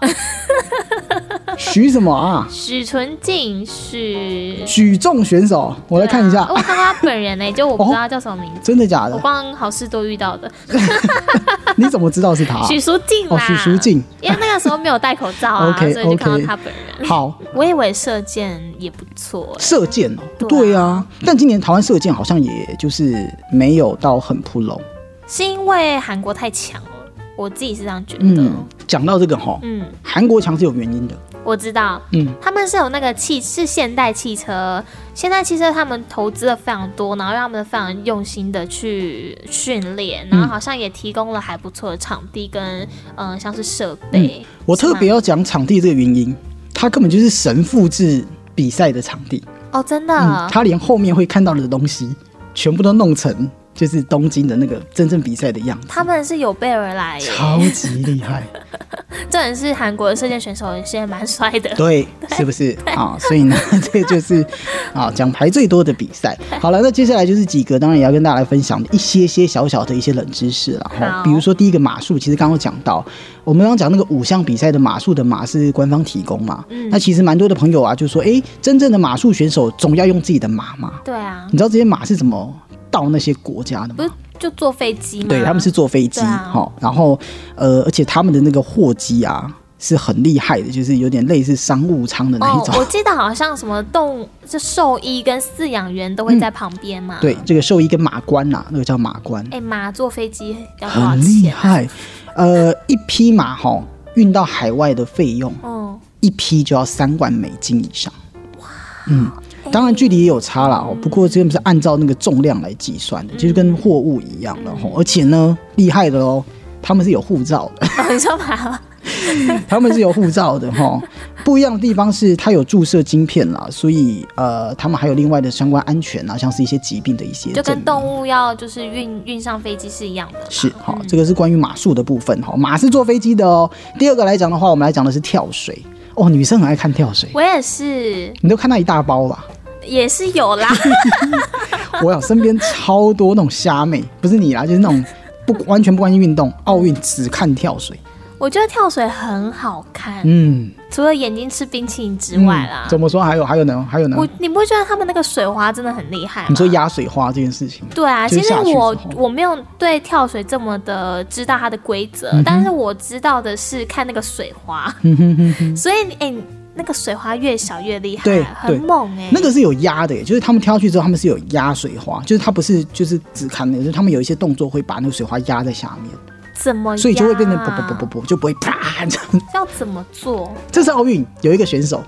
许什么啊？许纯净许，举重选手，我来看一下，哦对啊我看过他本人 呢、就我不知道他叫什么名字，真的假我的？逛好事多遇到的你怎么知道是他、许淑静啦，哦，许淑，静。 因为那个时候没有戴口罩啊，所 OK，以就看 OK 到他本人。好，我以为射箭也不错、欸，射箭哦、对啊对啊，但今年台湾射箭好像也就是没有到很普龙。是因为韩国太强了，我自己是这样觉得。嗯嗯，讲到这个哈，嗯韩国强是有原因的，我知道，嗯，他们是有那个汽是现代汽车，现代汽车他们投资了非常多，然后让他们非常用心的去训练，然后好像也提供了还不错的场地跟嗯、呃像是设备。嗯我特别要讲场地这个原因，它根本就是神复制比赛的场地，哦，真的，嗯，它连后面会看到的东西全部都弄成就是东京的那个真正比赛的样子，他们是有备而来耶，超级厉害，这人是韩国的射箭选手，也是蛮帅的。 对，是不是啊？所以呢， 这就是啊奖牌最多的比赛。好了，那接下来就是几个，当然也要跟大家来分享一些些小小的一些冷知识了。好齁比如说第一个马术，其实刚刚有讲到，我们刚刚讲那个五项比赛的马术的马是官方提供嘛，嗯那其实蛮多的朋友啊，就说，诶，真正的马术选手总要用自己的马嘛，对啊，你知道这些马是怎么到那些国家的不吗是？就坐飞机吗？对，他们是坐飞机，对啊好、然后呃，而且他们的那个货机啊是很厉害的，就是有点类似商务舱的那一哦种。，我记得好像什么动物就兽医跟饲养员都会在旁边嘛。嗯对，这个兽医跟马官啦、那个叫马官，哎、马坐飞机要多少很啊厉钱？害。呃，一匹马哈、运到海外的费用，嗯，一匹就要三万美金以上。嗯，当然距离也有差啦哦，不过这个是按照那个重量来计算的，就是嗯跟货物一样的哦。而且呢，厉害的哦，他们是有护照的， 哦你说马，他们是有护照的哈。不一样的地方是，它有注射晶片啦，所以呃，他们还有另外的相关安全啊，像是一些疾病的一些就证跟明动物要就是运运上飞机是一样的嘛。是好、这个是关于马术的部分哈、马是坐飞机的哦。第二个来讲的话，我们来讲的是跳水哦，女生很爱看跳水，我也是，你都看到一大包 吧？也是有 啦。我有身边超多那种虾妹，不是你啦，就是那种 不完全不关心运动，奥运只看跳水。我觉得跳水很好看，嗯，除了眼睛吃冰淇淋之嗯外啦。怎么说？还有还有呢？还有呢？我你不觉得他们那个水花真的很厉害吗？你说压水花这件事情，对啊，就其是实下去我之后我没有对跳水这么的知道它的规嗯则，但是我知道的是看那个水花，所以哎、那个水花越小越厉害，嗯对很猛哎、那个是有压的耶，就是他们跳下去之后，他们是有压水花，就是他不是就是只看的，就是他们有一些动作会把那个水花压在下面，怎么所以就会变成呀啵啵啵啵啵，就不会啪这样要怎么做？这次奥运有一个选手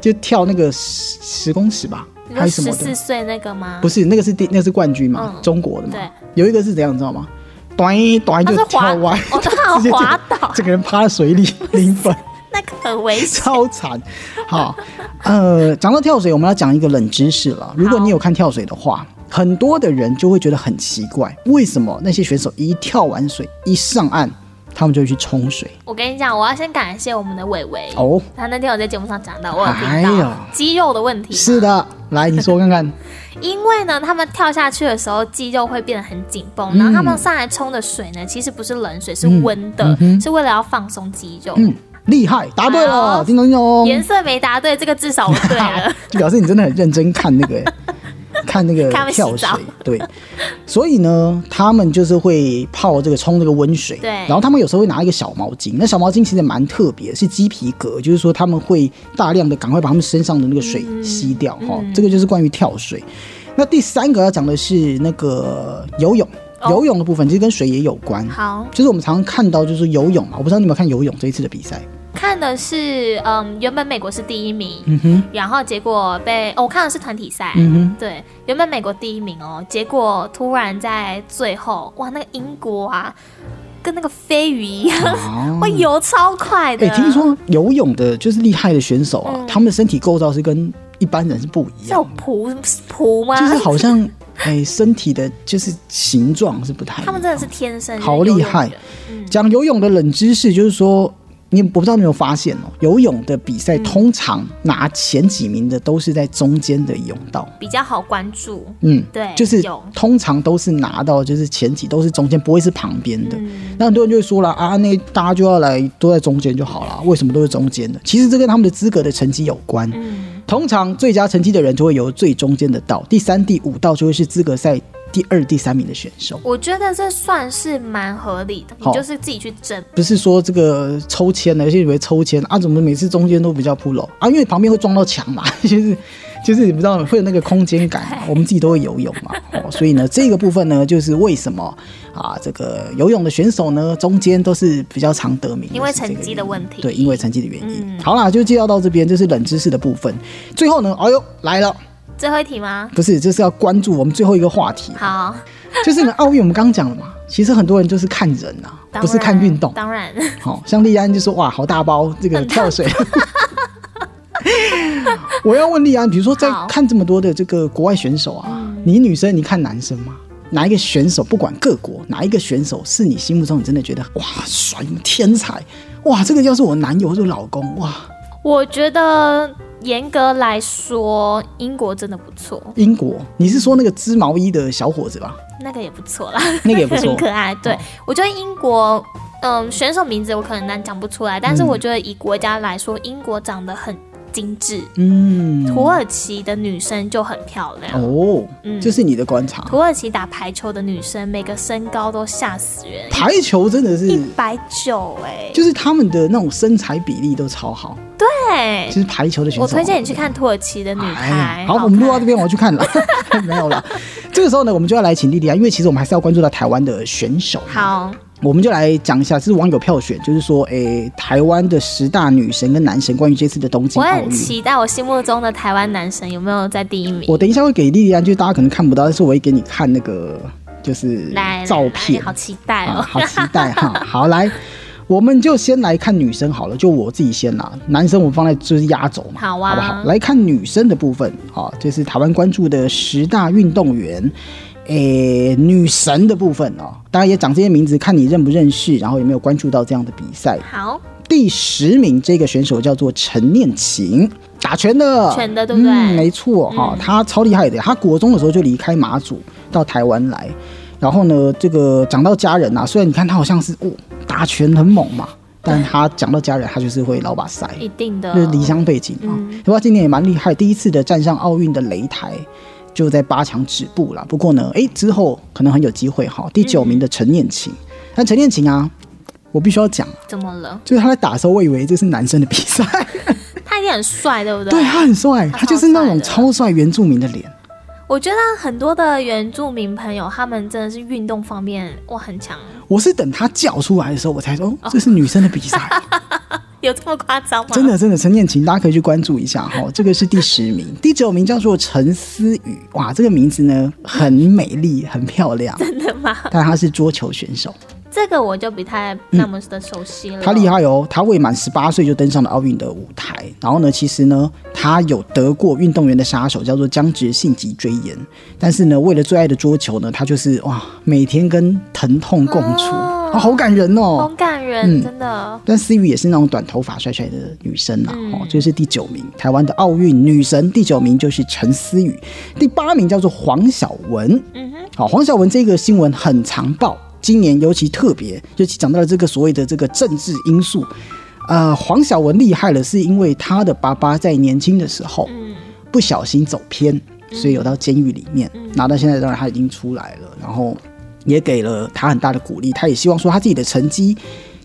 就跳那个十十公尺吧，你还是什说十么四的？岁那个吗？不是，那个是第那个是冠军嘛，嗯中国的嘛。对，有一个是怎样，你知道吗？短一短他就是跳滑，歪，哦，他 直接滑倒，这个人趴在水 里零分，那个很危险。超惨。好，呃，讲到跳水，我们要讲一个冷知识了。如果你有看跳水的话，很多的人就会觉得很奇怪，为什么那些选手一跳完水一上岸，他们就会去冲水？我跟你讲，我要先感谢我们的伟伟哦他那天我在节目上讲到，我有哎听呦到肌肉的问题，是的，来你说看看，因为呢，他们跳下去的时候肌肉会变得很紧绷，嗯然后他们上来冲的水呢，其实不是冷水，是温的，是为了要放松肌肉。嗯，厉害，答对哎了，呦叮咚叮咚。颜色没答对，这个至少我对了。就表示你真的很认真看那 个、欸看那个看他们洗跳水澡，对，所以呢，他们就是会泡这个冲这个温水，对然后他们有时候会拿一个小毛巾，那小毛巾其实蛮特别，是鸡皮革，就是说他们会大量的赶快把他们身上的那个水嗯吸掉，哈、这个就是关于跳水。那第三个要讲的是那个游泳，哦游泳的部分其实跟水也有关，好就是我们常常看到就是游泳嘛，我不知道你有没有看游泳这一次的比赛，看的是，嗯，原本美国是第一名，然后结果被、哦我看的是团体赛，嗯哼对，原本美国第一名哦，结果突然在最后，哇，那个英国啊，跟那个飞鱼一样，啊 哇，游超快的。哎、听说游泳的就是厉害的选手嗯啊，他们身体构造是跟一般人是不一叫样，蒲蒲吗？就是好像 哎、身体的就是形状是不太一样。他们真的是天生好厉害游泳人嗯，讲游泳的冷知识，就是说你我不知道你有没有发现哦，游泳的比嗯赛通常拿前几名的都是在中间的泳道。比较好关注。嗯，对就是有通常都是拿到，就是前几都是中间，不会是旁边的。嗯那很多人就会说了啊，那大家就要来都在中间就好了，为什么都是中间的？其实这跟他们的资格的成绩有关。嗯，通常最佳成绩的人就会由最中间的道，第三、第五道就会是资格赛第二、第三名的选手。我觉得这算是蛮合理的，好你就是自己去争。不是说这个抽签的，有些以为抽签啊，怎么每次中间都比较不 o 啊？因为旁边会撞到墙嘛，就是就是你不知道会有那个空间感，我们自己都会游泳嘛，哦，所以呢，这个部分呢，就是为什么啊，这个游泳的选手呢，中间都是比较常得名，因为就是这个成绩的原因问题对，因为成绩的原因。嗯好啦，就介绍到这边，这是冷知识的部分。最后呢，哎呦来了，最后一题吗？不是，这是要关注我们最后一个话题，好，就是呢，奥运我们刚刚讲了嘛，其实很多人就是看人啊，当然不是看运动。当然，好、像利安就说哇，好大包，这个跳水。 我要问利安，比如说在好看这么多的这个国外选手啊，你女生你看男生吗？哪一个选手，不管各国哪一个选手，是你心目中你真的觉得哇帅天才，哇这个要是我男友或者我老公哇，我觉得严格来说，英国真的不错，英国，你是说那个织毛衣的小伙子吧？那个也不错啦，那个也不错 很，可爱。对、哦我觉得英国，嗯，选手名字我可能难讲不出来，但是嗯我觉得以国家来说，英国长得很精致，嗯，土耳其的女生就很漂亮。哦，嗯这是你的观察。土耳其打排球的女生，每个身高都吓死人，排球真的是一，百九哎，就是他们的那种身材比例都超好，对就，是排球的选手。啊我推荐你去看土耳其的女哎排呀。好，我们录到这边，边，我要去看了， 没有了。这个时候呢，我们就要来请莉莉啊，因为其实我们还是要关注到台湾的选手。，好，我们就来讲一下，这是网友票选，就是说，诶、台湾的十大女神跟男神关于这次的东京我奥很运。期待我心目中的台湾男神有没有在第一名。我等一下会给莉莉安，就是大家可能看不到，但是我会给你看那个就是来来照来片，好期待啊哦。好期待 哈。好，来，我们就先来看女生好了，就我自己先啦，男生我们放在就是压轴嘛，好啊不好？来看女生的部分，好，这是台湾关注的十大运动员。诶、女神的部分哦，当然也讲这些名字，看你认不认识，然后有没有关注到这样的比赛。好，第十名这个选手叫做陈念琴，打拳的，拳的对不对嗯、没错哈、他超厉害的。他国中的时候就离开马祖到台湾来，然后呢，这个讲到家人啊，虽然你看他好像是哦打拳很猛嘛，但他讲到家人，他就是会老把塞，一定的。就是离乡背景啊。哎嗯不过今年也蛮厉害，第一次的站上奥运的擂台。就在八强止步了，不过呢，诶，之后可能很有机会哈。第九名的陈念琴，但陈念琴啊，我必须要讲，怎么了？就是他在打的时候，我以为这是男生的比赛，他一定很帅，对不对？对啊他很帅，啊他他就是那种超超帅原住民的脸，我觉得很多的原住民朋友，他们真的是运动方面哇很强，我是等他叫出来的时候，我才说哦，这是女生的比 赛，有这么夸张吗？真的真的，陈念琴大家可以去关注一下哈、这个是第十名，第九名叫做陈思雨，哇，这个名字呢很美丽，很漂亮， 真的吗？但她是桌球选手，这个我就不太那么的熟悉了。她厉害哦，她未满十八岁就登上了奥运的舞台，然后呢，其实呢，她有得过运动员的杀手，叫做僵直性脊椎炎，但是呢，为了最爱的桌球呢，她就是哇，每天跟疼痛共处，哦啊、好感人哦，好感人，嗯真的。但思雨也是那种短头发帅帅的女生啦，嗯哦，这是第九名，台湾的奥运女神，第九名就是陈思雨，第八名叫做黄晓雯，嗯哼，好，黄晓雯这个新闻很常报，今年尤其特别，尤其讲到了这个所谓的这个政治因素，呃，黄晓雯厉害了，是因为她的爸爸在年轻的时候，嗯，不小心走偏，所以有到监狱里面。嗯然后到现在，当然他已经出来了，然后也给了他很大的鼓励，他也希望说他自己的成绩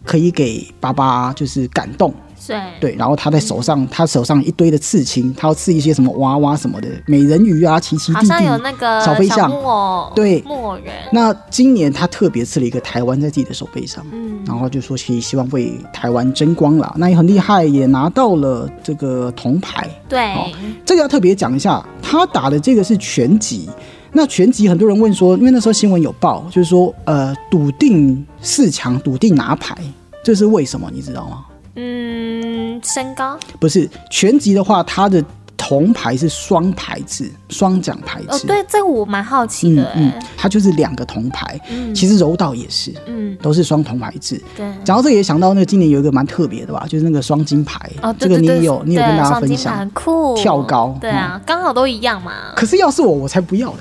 可以给爸爸就是感动。对，对，然后他在手上，他手上一堆的刺青，他要刺一些什么娃娃什么的，美人鱼啊，奇奇好弟像弟有。那个小飞象木偶，对木偶人，那今年他特别刺了一个台湾在自己的手背上，嗯，然后就说其实希望为台湾争光啦，那也很厉害，也拿到了这个铜牌。对，哦这个要特别讲一下，他打的这个是拳击。那拳击很多人问说，因为那时候新闻有报，就是说呃，笃定四强，笃定拿牌，这是为什么？你知道吗？嗯，身高不是拳击的话，它的铜牌是双牌制，双奖牌哦，制。对，这个我蛮好奇的，嗯哎，，它就是两个铜牌。嗯其实柔道也是，嗯，都是双铜牌制。对。讲到这个也想到那个今年有一个蛮特别的吧，就是那个双金牌，哦，这个对对你对，也有你有跟对大家赏分金盘享很。酷，跳高嗯对啊，刚好都一样嘛。可是要是我，我才不要嘞、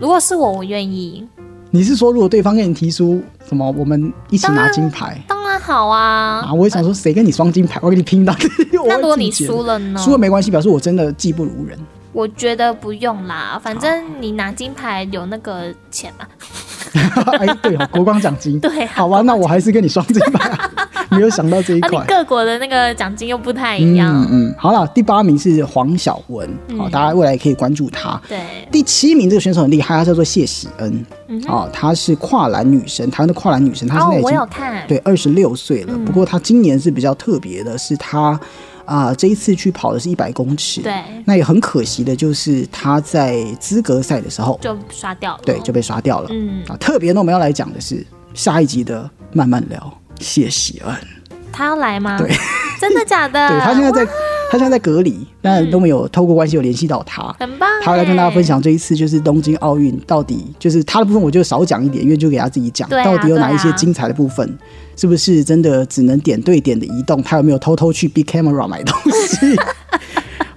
如果是我，我愿意，你是说，如果对方跟你提出什么，我们一起拿金牌当然好啊。啊？我也想说，谁跟你双金牌，我跟你拼到底。 我那会如果自己你觉输得，了呢？输了没关系，表示我真的技不如 人。我觉得不用啦，反正你拿金牌有那个钱嘛。哎，对哦，国光奖金。对啊 好吧，那我还是跟你双金牌，没有想到这一啊，你块。各国的那个奖金又不太一样。嗯嗯，好了，第八名是黄晓雯，好、大家未来可以关注她。对，第七名这个选手很厉害，她叫做谢喜恩，嗯哼哦，她是跨栏女神，台湾的跨栏女神，她现哦在已，我经、有嗯看，对二十六岁了。不过她今年是比较特别的，是她啊、这一次去跑的是一百公尺，对，那也很可惜的就是她在资格赛的时候，就刷掉了。对就被刷掉了。嗯，啊，特别呢，我们要来讲的是下一集的慢慢聊，谢喜恩。他要来吗？对，真的假的？对他现在在，他现在在隔离，但都没有透过关系有联系到他。很棒欸，他来跟大家分享这一次就是东京奥运到底就是他的部分，我就少讲一点，因为就给他自己讲，对啊到底有哪一对些啊精彩的部分，是不是真的只能点对点的移动？他有没有偷偷去 Big Camera 买东 西？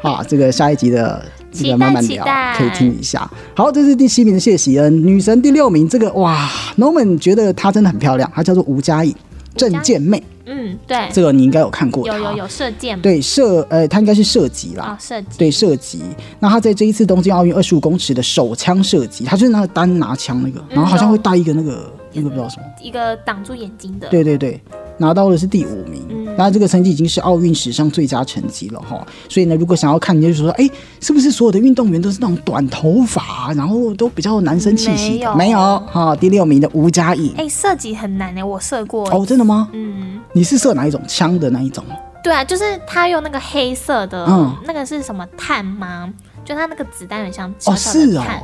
啊，这个下一集的这个慢慢期聊待，可以听一下。好，这是第七名的谢喜恩，女神第六名，这个哇，Norman 觉得她真的很漂亮，她叫做吴佳颖，佳颖郑健妹，嗯，对，这个你应该有看过她，有有有射箭嘛，对射，呃，她应该是射击啦，啊，射箭，对射击。那他在这一次东京奥运二十五公尺的手枪射击，他就是那个单拿枪那个，嗯然后好像会带一个那个那个不知道什么，一个挡住眼睛的，对对对。拿到的是第五名，嗯那这个成绩已经是奥运史上最佳成绩了哈。所以呢，如果想要看，你就说，哎、是不是所有的运动员都是那种短头发，然后都比较有男生气息的？没没有有哈。第六名的吴佳颖，哎，射击很难哎，我射过，哦，真的吗？嗯，你是射哪一种枪的那一种？对啊，就是他用那个黑色的，嗯那个是什么碳吗？就他那个子弹很像小哦，小的是哦碳。，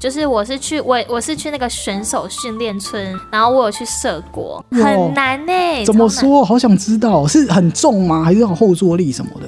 就是我是去我我是去那个选手训练村，然后我有去射过，哇很难呢、怎么超难？说？好想知道，是很重吗？还是很后坐力什么 的？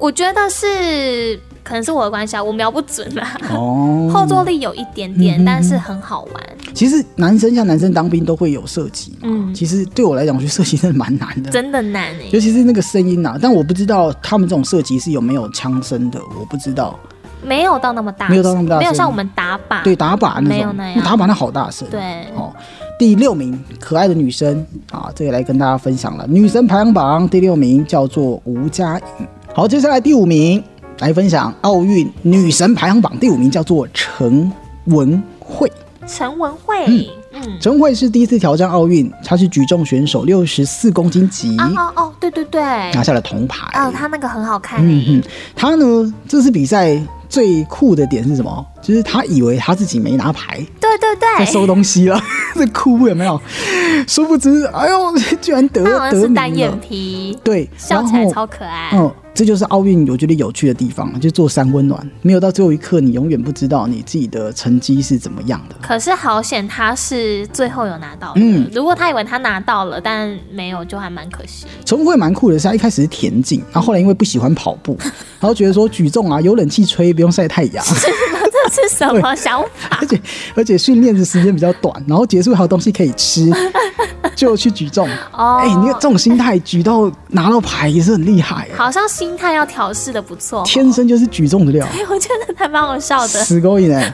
我觉得是可能是我的关系啊，我瞄不准啊，哦，嗯后坐力有一点点，但是很好玩，其实男生像男生当兵都会有射击嘛，嗯其实对我来讲，我觉得射击真的蛮难的，真的难哎、尤其是那个声音啊。但我不知道他们这种射击是有没有枪声的，我不知道。没有到那么大声，没有到那么大声没有像我们打靶，对，打靶那种，啊没有那样打靶那好大声。对哦，第六名，可爱的女生啊，这个来跟大家分享了。女神排行榜第六名叫做吴佳颖。好，接下来第五名来分享奥运女神排行榜第五名叫做陈文慧。陈文慧，嗯，陈慧是第一次挑战奥运，她是举重选手，六十四公斤级。哦哦哦，对对对，拿下了铜牌。哦，他那个很好看、嗯欸，哼，他呢，这次比赛最酷的点是什么？就是他以为他自己没拿牌，对对在对， 收东西了， 在哭有没有？殊不知，哎呦， 居然得他好像得是名单眼了。皮，对，笑然起来后超可爱。嗯，这就是奥运我觉得有趣的地方，啊就做三温暖，没有到最后一刻，你永远不知道你自己的成绩是怎么样的。可是好险，他是最后有拿到的。嗯如果他以为他拿到了，但没有，就还蛮可 惜。陈慧蛮酷的是，她一开始是田径，然后后来因为不喜欢跑 步，然后觉得说举重啊有冷气吹，不用晒太阳，这是什么想法？而且而且训练的时间比较短，然后结束还有东西可以吃，就去举重。哦哎、你看这种心态举到拿到牌也是很厉害、哎好像心态要调试的不错。天生就是举重的料，哎， 我觉得还蛮好笑的。死勾引 哎。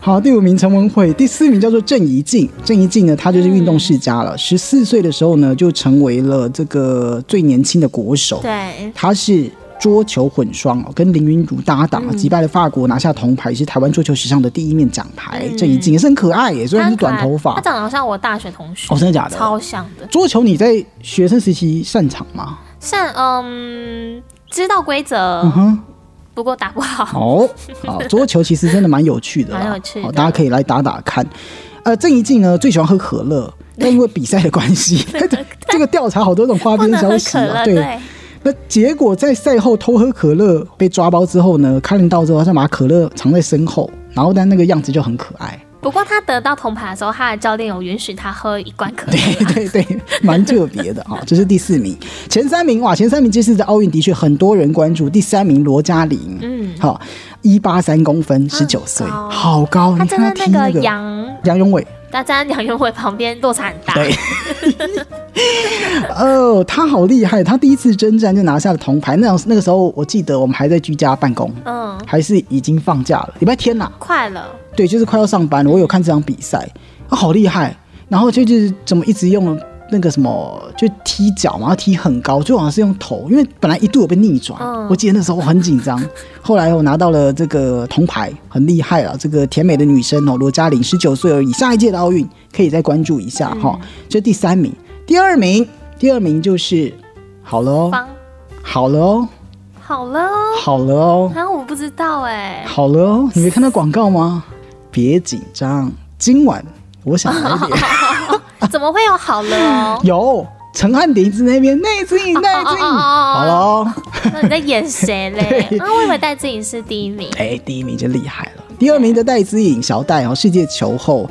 好，第五名陈文慧，第四名叫做郑怡静。郑怡静呢，她就是运动世家了。十四岁的时候呢，就成为了这个最年轻的国手。对，她是桌球混双哦，跟林云儒搭档，嗯击败了法国，拿下铜牌，是台湾桌球史上的第一面奖牌。嗯郑怡静也是很可爱耶，虽然是短头发他，长得好像我大学同学。哦真的假的超像的。桌球你在学生时期擅长吗？像嗯，知道规则嗯，哼，不过打不好。哦， 好，桌球其实真的蛮有趣的啦，蛮有趣的好大家可以来打打看。呃，郑怡静呢最喜欢喝可乐，但因为比赛的关 系， 这个调查好多种花不边能喝消息可啊，乐，对。对，那结果在赛后偷喝可乐被抓包之后呢，看到之后，他就把可乐藏在身后，然后但那个样子就很可爱，不过他得到铜牌的时候，他的教练有允许他喝一罐可乐。 对对对，蛮特别的啊、这是第四名，前三名哇，前三名这次在奥运的确很多人关注。第三名罗嘉玲，嗯，好一八三公分，十九岁，高啊好高，他你看站在他那踢那个个杨，杨永伟，他站在杨永伟旁边，落差很大。对。哦，他好厉害！他第一次征战就拿下了铜牌。那种那个时候，我记得我们还在居家办公，嗯，还是已经放假了，礼拜天呐、快了，对，就是快要上班了。我有看这场比赛，啊，好厉害！然后就就是怎么一直用那个什么，就踢脚嘛，然后踢很高，就好像是用头，因为本来一度有被逆转。嗯我记得那时候我很紧张，后来我拿到了这个铜牌，很厉害了。这个甜美的女生哦，罗嘉玲，嗯十九岁而已，下一届的奥运可以再关注一下哈。这、第三名，第二名。第二名就是好了哦，方好了哦，好了哦好了哦，啊，我不知道哎、好了哦，你没看到广告吗？别紧张，今晚我想来 点。？怎么会有好了哦 有陈汉典一直那边内自影内自 影，哦哦哦哦哦好了哦，那你在演谁嘞？啊，我以为戴志颖是第一名。哎，第一名就厉害了，第二名的戴资颖小戴哦，世界球后。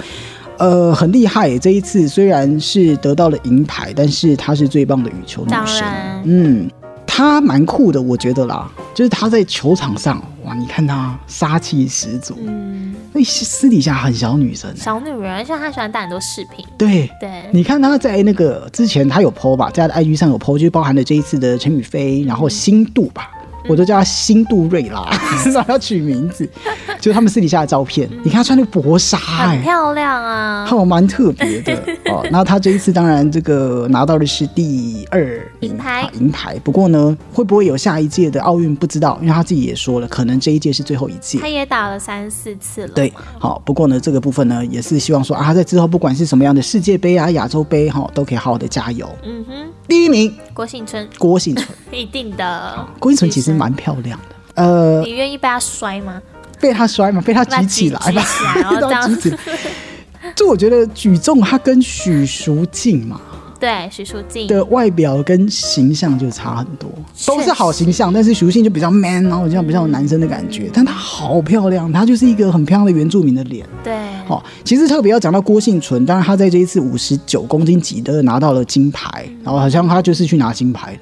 呃，很厉害耶！这一次虽然是得到了银牌，但是她是最棒的羽球女当神。然，嗯，她蛮酷的，我觉得啦，就是她在球场上，哇，你看她杀气十足，哎嗯，那、私底下很小女生。小女人，而且她喜欢带很多饰品。对，对，你看她在那个之前，她有 PO 吧，在她的 IG 上有 PO，就是包含了这一次的陈宇飞，然后星度吧。我都叫她星度瑞拉，至少要取名字。就是他们私底下的照片，你看她穿那个薄纱、很哎，漂亮啊还。有蛮特别的哦。那他这一次当然这个拿到的是第二名银牌啊银牌。不过呢，会不会有下一届的奥运不知道，因为他自己也说了，可能这一届是最后一届她。也打了三四次了。对，好，不过呢，这个部分呢，也是希望说啊，他在之后不管是什么样的世界杯啊、亚洲杯哈、都可以好好的加油。嗯哼，第一名郭幸春郭幸存，一定的。郭幸存其实蛮漂亮的。嗯呃，你愿意被她摔吗？被他摔嘛，被他举起来举 吧，起来，然后被这他样举起来。就我觉得举重，他跟许淑净嘛， 嗯对，许淑净的外表跟形象就差很多，确实都是好形象，但是徐信就比较 man，然后这样比较有男生的感觉，但她好漂亮，她就是一个很漂亮的原住民的脸。对，哦，其实特别要讲到郭幸存，当然她在这一次五十九公斤级的拿到了金牌，然后好像她就是去拿金牌的，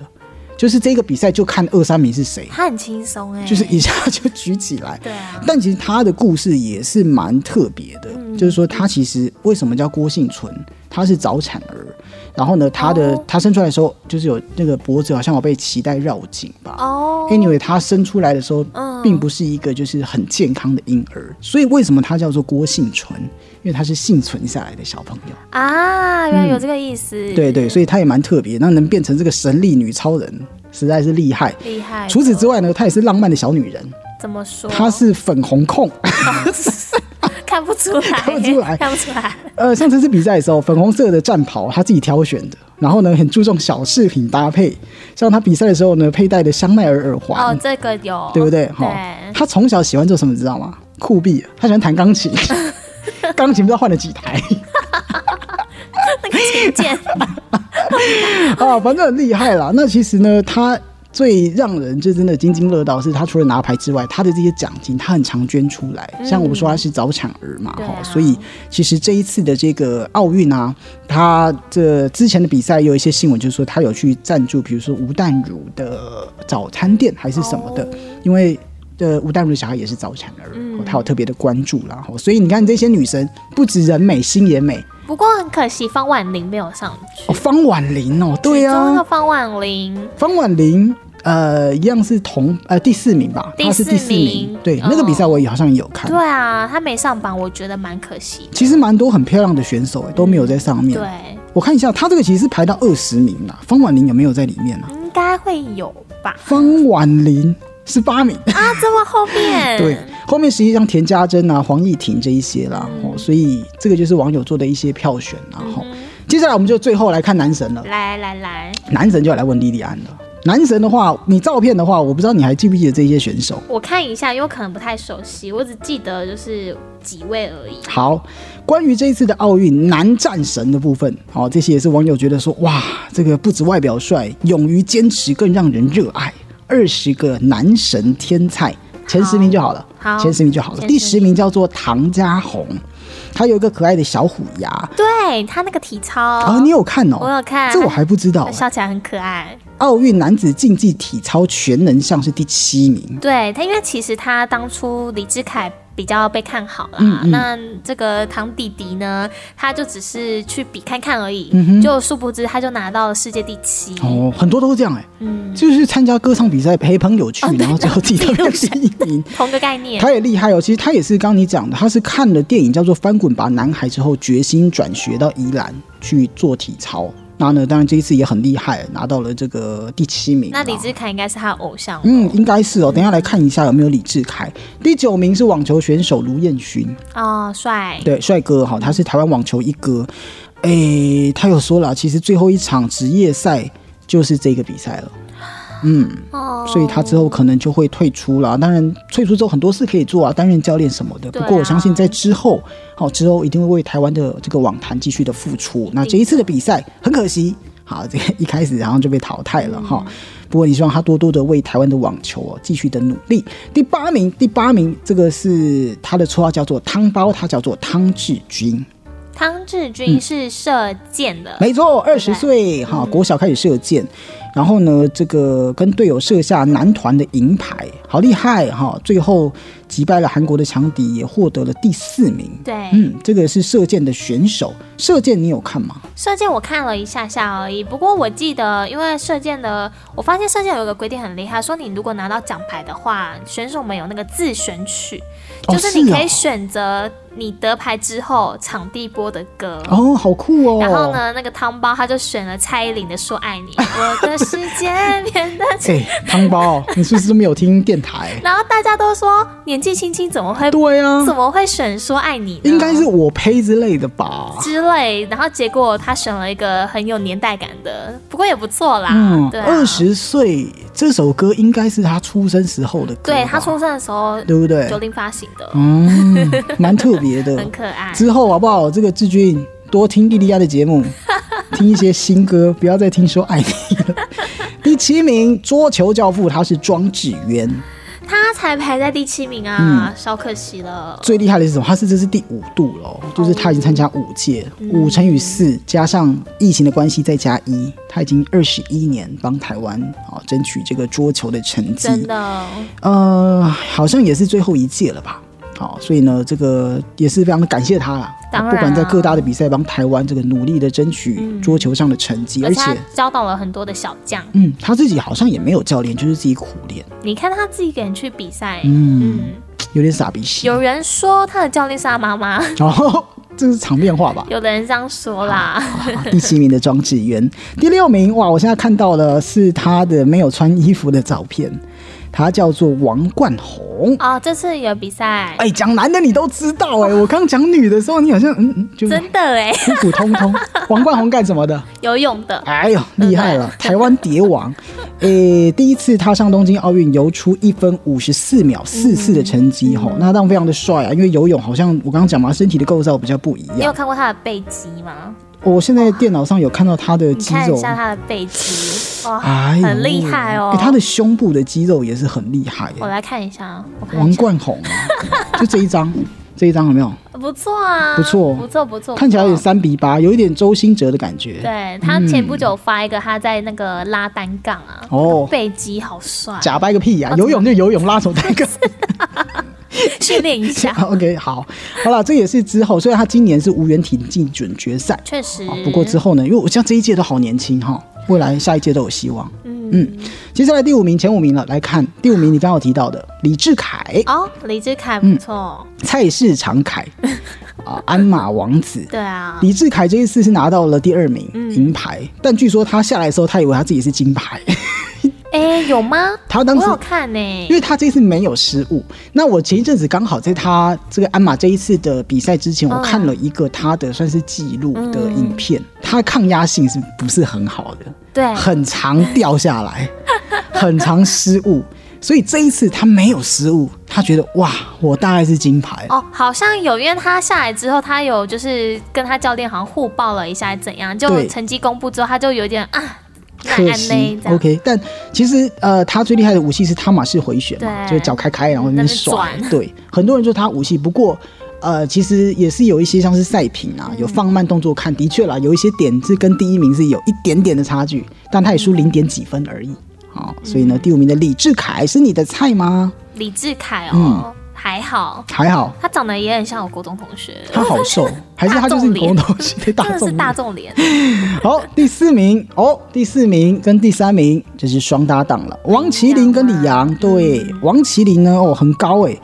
就是这个比赛就看二三名是谁，她很轻松哎，就是一下就举起来。对啊，嗯但其实他的故事也是蛮特别的，就是说他其实为什么叫郭幸存，他是早产儿，然后呢，他的、哦他生出来的时候就是有那个脖子好像有被脐带绕颈吧。哦， Anyway，他生出来的时候嗯，并不是一个就是很健康的婴儿，所以为什么他叫做郭幸存？因为他是幸存下来的小朋友。啊，原来有这个意思，对对，所以他也蛮特别，那能变成这个神力女超人，实在是厉害。哦厉害。哦除此之外呢，她也是浪漫的小女人，怎么说？她是粉红控。 看不出来，看不出来看不出来呃，上这次比赛的时候，粉红色的战袍他自己挑选的，然后呢，很注重小饰品搭配，像他比赛的时候呢，佩戴的香奈儿耳环，哦，这个有，对不对？哈、哦对， 他从小喜欢做什么，你知道吗？酷毙了，他喜欢弹钢琴，钢琴不知道换了几台那个 琴键，啊，反正很厉害啦。那其实呢，他。最让人就真的津津乐道是，他除了拿牌之外，他的这些奖金他很常捐出来。像我说他是早产儿嘛，嗯对哈、啊所以其实这一次的这个奥运啊，他这之前的比赛也有一些新闻，就是说他有去赞助，比如说吴淡如的早餐店还是什么的，哦因为。的吴淡如的小孩也是早产儿，嗯哦他有特别的关注啦，哦所以你看这些女神不止人美，心也美。不过很可惜，方婉玲没有上去哦，。方婉玲哦，对其中那啊个，方婉玲，方婉玲，呃，一样是同呃第四名吧，第她是第四四名名，对，哦那个比赛我也好像有看对，啊，她没上榜，我觉得蛮可惜的。其实蛮多很漂亮的选手欸都没有在上面。对，我看一下，她这个其实是排到二十名啦，方婉玲有没有在里面啊？应该会有吧？方婉玲十八名，啊，这么后面， 对，后面实际上田家珍啊、黄义婷这一些啦，嗯哦，所以这个就是网友做的一些票选啦。后接下来我们就最后来看男神了，来来来，男神就要来问莉莉安了。男神的话，你照片的话，我不知道你还记不记得这些选手。我看一下，因为我可能不太熟悉，我只记得就是几位而已。好，关于这一次的奥运男战神的部分，好、这些也是网友觉得说，哇，这个不止外表帅，勇于坚持更让人热爱。二十个男神天菜，前十名就好了，好前十名就好了。前十名第十名叫做唐家红，他有一个可爱的小虎牙，对他那个体操，啊，你有看哦？我有看这我还不知道他哎、笑起来很可爱。奥运男子竞技体操全能项是第七名，对他，因为其实他当初李志凯比较被看好啦，嗯那这个唐弟弟呢，他就只是去比看看而已，就殊不知他就拿到了世界第七。嗯哦，很多都是这样哎、嗯，哦就是参加歌唱比赛陪朋友去，然后最后自己得 了第一名。同个概念。他也厉害哦，其实他也是刚刚你讲的，他是看了电影叫做《翻滚吧，男孩》之后，决心转学到宜兰去做体操。那呢，当然这一次也很厉害，拿到了这个第七名啊。那李志凯应该是他的偶像。嗯，应该是哦。等一下来看一下有没有李志凯。第九名是网球选手卢彦勋，哦，帅。对，帅哥哈、他是台湾网球一哥。诶、他有说了，其实最后一场职业赛就是这个比赛了。嗯，哦，所以他之后可能就会退出啦。当然，退出之后很多事可以做啊，担任教练什么的。不对啊过我相信在之后，好、之后一定会为台湾的这个网坛继续的付出。那这一次的比赛很可惜，好，这个一开始然后就被淘汰了哈。不过也希望他多多的为台湾的网球哦继续的努力。第八名，第八名，这个是他的绰号叫做汤包，他叫做汤志军。汤志军是射箭的，嗯没错，二十岁哈，嗯国小开始射箭，然后呢，这个跟队友射下男团的银牌，好厉害哈！最后击败了韩国的强敌，也获得了第四名。对，嗯，这个是射箭的选手，射箭你有看吗？射箭我看了一下下而已，不过我记得，因为射箭的，我发现射箭有一个规定很厉害，说你如果拿到奖牌的话，选手们有那个自选曲，哦就是你是哦可以选择你得牌之后场地播的歌。哦，好酷哦！然后？呢，那个汤包他就选了蔡依林的《说爱你》，我的世界变得？哎、汤包，你是不是都没有听电台然后大家都说年纪轻轻怎么会对啊，怎么会选《说爱你》呢？应该是我呸之类的吧。之类，然后结果他选了一个很有年代感的，不过也不错啦。嗯，对、啊，二十岁这首歌应该是他出生时候的歌吧，对他出生的时候，对不对？九零发行的，嗯，蛮特别的很。可爱。之后好不好？这个志军多听莉莉亚的节 目，听一些新歌，不要再听说爱你了。 第七名，桌球教父，他是庄智渊，他才排在第七名嗯啊，少可惜了。最厉害的是什么？他是这是第五度了哦，就是他已经参加五届，嗯五乘以四加上疫情的关系再加一，他已经二十一年帮台湾啊争取这个桌球的成绩。真的，呃，好像也是最后一届了吧。好，所以呢，这个也是非常的感谢他啦。当然啊嗯不管在各大的比赛帮台湾这个努力的争取桌球上的成绩，而而且他且，教导了很多的小将。嗯，他自己好像也没有教练，就是自己苦练，你看他自己一个人去比赛，嗯嗯，有点傻逼 戏。有人说他的教练是他妈妈，？然后这是场面话吧 有的人这样说啦。啊第七名的庄智渊，第六名哇，我现在看到了是他的没有穿衣服的照片，他叫做王冠宏。哦，这次有比赛，哎，讲男的你都知道哎、我刚讲女的时候，你好像嗯嗯，就真的哎，普普通 通。王冠宏干什么的？游泳的，哎呦，厉害嗯了！台湾蝶王，诶、第一次踏上东京奥运，游出一分五十四秒四四的成绩嗯吼，那当然非常的帅啊！因为游泳好像我刚刚讲嘛，身体的构造比较不一你有样。看过他的背肌吗？我现在电脑上有看到他的你肌看一肉，下他的背肌，哇，哎呦，很厉害哦诶。他的胸部的肌肉也是很厉害、我欸。来看一下啊，我看王一下，冠宏啊， 就这一张，这一张有没有？不错啊，不错不错，不错，看起来有不点错三比八，有一点周星哲的感觉。对他前不久发一个他在那个拉单杠啊，嗯哦背肌好帅，假掰个屁呀、游泳就游泳，拉手单杠。，训练一下 OK，好， 好了，这也是之后，虽然他今年是无缘挺进准决赛，确实啊，。不过之后呢，因为我像这一届都好年轻哈，未来下一届都有希望。嗯嗯，接下来第五名、前五名了，来看第五名，你刚刚有提到的李志凯、哦，李志凯嗯不错，蔡世常 凯啊，鞍马王子。对嗯啊，李志凯这一次是拿到了第二名银牌，但据说他下来的时候，他以为他自己是金牌，哎，有吗？他当我时有看呢，因为他这次没有失误。那我前一阵子刚好在他这个鞍马这一次的比赛之前，我看了一个他的算是记录的影片，他抗压性是不是很好的？对，很常掉下来， 很常失误。所以这一次他没有失误，他觉得哇，我大概是金牌。哦，好像有，因为他下来之后，他有就是跟他教练好像互报了一下，怎样？就对成绩公布之后，他就有点啊，可那安惜内这样，OK，但其实呃，他最厉害的武器是他马式回旋嘛，就对是脚开开，然后那边甩那边。转对，很多人说他武器，不过呃，其实也是有一些像是赛品啊，嗯有放慢动作看，的确啦，有一些点是跟第一名是有一点点的差距，但他也嗯输零点几分而已。好，所以呢，第五名的李志凯是你的菜吗？李志凯嗯哦，还好，还好，他长得也很像我国中同学，他 好瘦，还是他就是你国同学的真大的是众大脸？众脸。好，第四名哦，第四名跟第三名这是双搭档了，王麒麟跟李阳。对，王麒麟呢，哦，很高哎，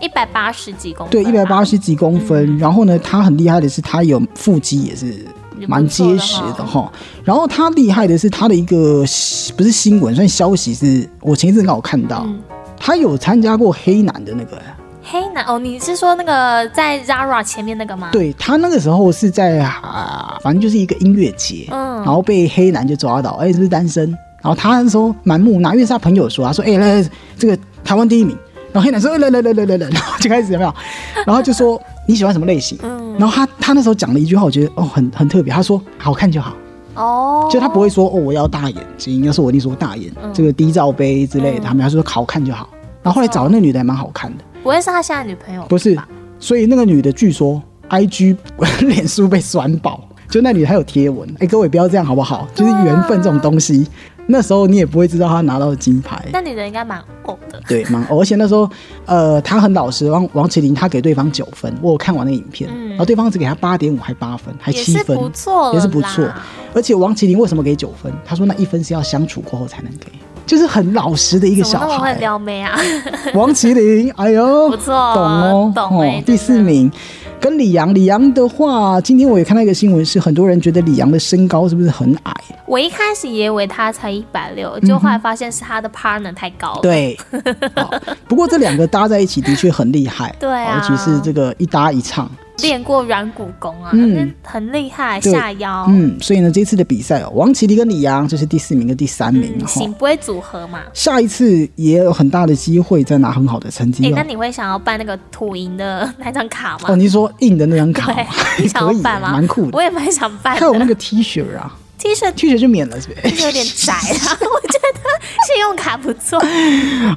一百八十几公对，分吧，啊一百八十几公分。然后呢，他很厉害的是，他有腹肌也是蛮结实的哈。然后他厉害的是他的一个不是新闻，算消息是我前一阵刚好看到，他有参加过黑男的那个黑男哦，你是说那个在 Zara 前面那个吗？，对他那个时候是在啊，反正就是一个音乐节，嗯然后被黑男就抓到，哎、你是不是单身？然后他那时候蛮木讷，因为是他朋友说，他说，哎、来来，这个台湾第一名。然后黑男说，哎来来来来来来，然后就开始有 没有？然后就说你喜欢什么类型？嗯然后他他那时候讲了一句话，我觉得哦很很特别，他说好看就好，哦，就他不会说哦我要大眼睛，要是我一定说大嗯眼，这个低罩杯之类的，他们他说好看就好。然后后来找的那女的还蛮好看的。不会是他现在女朋友吧？不是，所以那个女的据说 I G 脸书被酸爆，就那女的还有贴文。哎、各位不要这样好不好？啊就是缘分这种东西，那时候你也不会知道她拿到的金牌。那女的应该蛮呕的。对，蛮而且那时候，呃，她很老实，王王麒麟她给对方九分，我有看完那影片，嗯然后对方只给她八点五，还八分，还也七是分，不错了也是不错啦。而且王麒麟为什么给九分？他说那一分是要相处过后才能给，就是很老实的一个怎小么那么孩会。撩妹啊？ 王麒麟，哎呦，不错哦懂哦，懂欸哦第四名。跟李阳，李阳的话，今天我也看到一个新闻，是很多人觉得李阳的身高是不是很矮？我一开始也以为他才一百六，就后来发现是他的 partner 太高了。嗯 对，好不过这两个搭在一起的确很厉害，哦对啊尤其是这个一搭一唱，练过软骨功啊，嗯那很厉害，对下腰，嗯，所以呢，这次的比赛哦，王麒麟跟李阳这是第四名跟第三名嗯，哈、行不会组合嘛？下一次也有很大的机会再拿很好的成哎、绩哦。那你会想要办那个土银的那张卡吗？哦，你是说印的那张卡 对吗，你想 可以要耶，办吗？蛮酷的。我也蛮想办还有那的。个 T 恤啊 T 恤，T 恤就免了是不是？有点窄啊， 我觉得信用卡不错。啊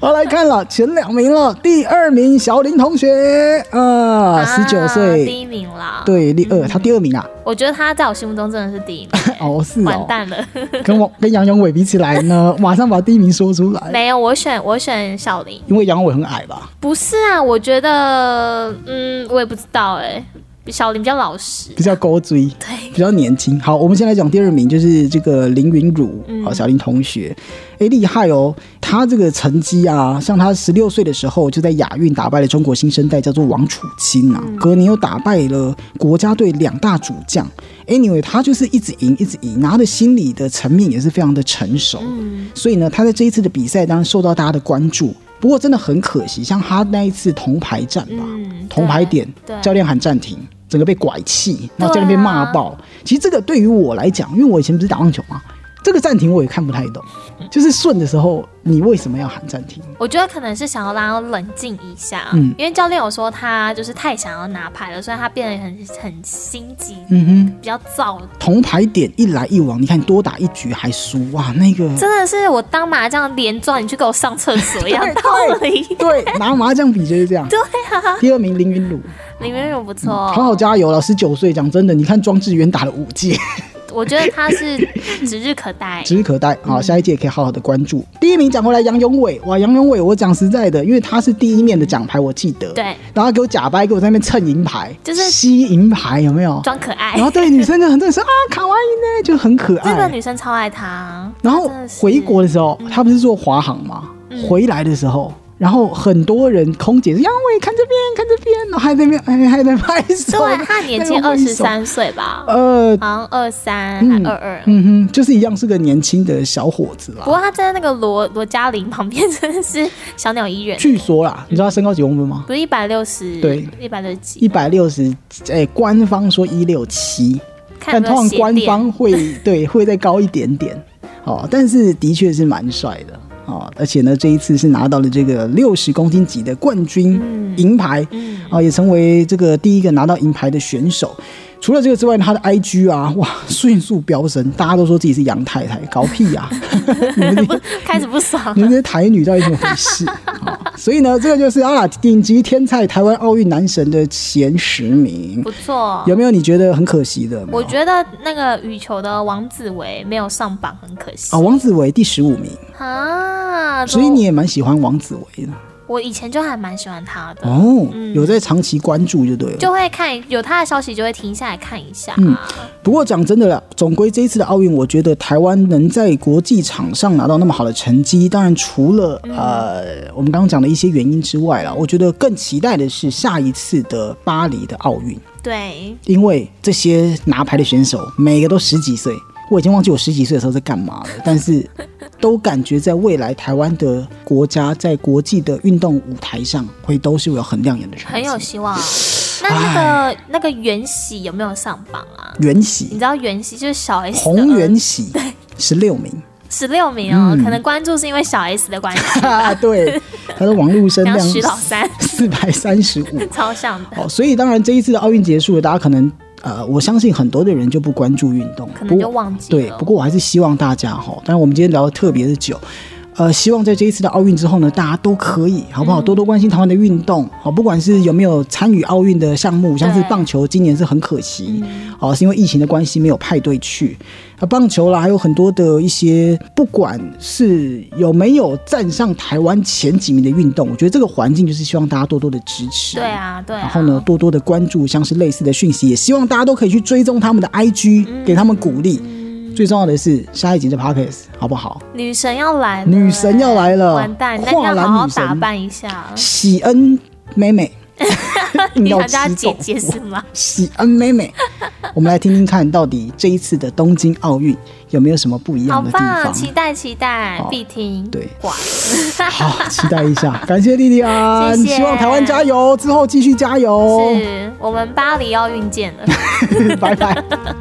好来看了前两名了，第二名小林同学，啊，十九岁，第一名啦。，对，第二，他第二名啊，，我觉得他在我心目中真的是第一名哦是哦完蛋了。跟我跟杨永伟比起来呢，马上把第一名说出来，没有，我选我选小林。因为杨永伟很矮吧？不是啊，我觉得，嗯，我也不知道哎、小林比较老实。比较勾追，对，比较年轻。好，我们先来讲第二名，就是这个林云儒，好，小林同学，哎，厉害哦，他这个成绩啊，像他十六岁的时候就在亚运打败了中国新生代，叫做王楚钦啊，隔年又打败了国家队两大主将。Anyway，他就是一直赢，一直赢，然后他的心理的层面也是非常的成熟，所以呢，他在这一次的比赛当然受到大家的关注。不过真的很可惜，像他那一次铜牌战吧，嗯铜牌点对，对啊教练喊暂停，整个被拐气，然后教练被骂爆。其实这个对于我来讲，因为我以前不是打棒球嘛，这个暂停我也看不太懂。就是顺的时候，你为什么要喊暂停？我觉得可能是想要让他冷静一下，嗯因为教练有说他就是太想要拿牌了，所以他变得很很心急，嗯哼，比较躁。铜牌点一来一往，你看多打一局还输哇，那个真的是我当麻将连撞，你去给我上厕所 一样道理。对拿麻将比就是这样。对啊，第二名林云儒，林元勇不错，好哦好加油了，十九岁，讲真的，你看庄智渊打了五届。我觉得他是指日可 待。指日可待嗯好，下一届也可以好好的关注。第一名讲回来，杨永伟，哇，杨永伟，我讲实在的，因为他是第一面的奖牌，我记得。对然后他给我假掰，给我在那边蹭银牌，就是吸银牌，有没有？装可爱然，后对女生就很正说啊，卡哇伊呢，就很可这个爱。女生超爱他。然后真的是嗯回国的时候，他不是坐华航吗？回来的时候。然后很多人，空姐说杨伟看这边，看这边，然后还在那边，还还在拍手。对，啊他年纪在那二边挥十手，三岁吧，呃，好像二三嗯还二二。嗯哼，就是一样是个年轻的小伙子啦不。过他在那个罗罗嘉玲旁边真的是小鸟依人，据说嗯啦，你知道他身高几公分吗？不是一百六十，对，一百六十一几，百六十，哎，官方说一六七，但看有没有通常鞋官垫方会 对会再高一点点，哦，但是的确是蛮帅的哦，而且呢，这一次是拿到了这个六十公斤级的冠军嗯银牌，哦，也成为这个第一个拿到银牌的选手。除了这个之外，他的 IG 啊，哇， 迅速飙升，大家都说自己是杨太太，搞屁啊呀、你们这 不开始不爽你。们这些台女到底怎么回 事？啊所以呢，这个就是啊，顶级天才台湾奥运男神的前十名，不错，有没有你觉得很可惜的？我觉得那个羽球的王子维没有上榜，很可惜啊、王子维第十五名，啊。所以你也蛮喜欢王子维的我以前就还蛮喜欢他的，哦，有在长期关注就对了。嗯就会看有他的消息就会停下来看一下。嗯不过讲真的了，总归这一次的奥运，我觉得台湾能在国际场上拿到那么好的成绩，当然除了、嗯呃我们刚刚讲的一些原因之外啦，我觉得更期待的是下一次的巴黎的奥运。对，因为这些拿牌的选手每个都十几岁，我已经忘记我十几岁的时候在干嘛了，但是都感觉在未来台湾的国家在国际的运动舞台上会都是有很亮眼的成绩。很有希望。啊那那个那个袁喜有没有上榜啊？袁你喜， 知道袁喜就是小 S 洪袁喜，十六名 十六名嗯哦，可能关注是因为小 S 的关系， 啊，对，他的网络 声像量徐老三四百三十五。超像的，哦，所以当然这一次的奥运结束了，大家可能呃，我相信很多的人就不关注运动，可不能过就忘记对了。，嗯不过我还是希望大家哈，当然我们今天聊的特别的久，呃，希望在这一次的奥运之后呢，大家都可以好不好多多关心台湾的运动，好，不管是有没有参与奥运的项目，像是对棒球今年是很可惜，哦，是因为疫情的关系没有派队去，啊，棒球啦，还有很多的一些，不管是有没有站上台湾前几名的运动，我觉得这个环境就是希望大家多多的支持，对啊，对啊。然后呢，多多的关注像是类似的讯息，也希望大家都可以去追踪他们的嗯 IG，给他们鼓励。最重要的是下一集的 Pockets 好不好？女神要来了，女神要来了完蛋，那跨要栏好好女神打扮一下。喜恩妹妹， 你要想叫她激姐动姐是吗？ 喜恩妹妹，我们来听听看到底这一次的东京奥运有没有什么不一好样的地棒，方？期待期待好，必听。对哇，好，期待一下。感谢莉莉安，谢谢希望台湾加油，之后继续加油，是我们巴黎奥运见 了。拜拜。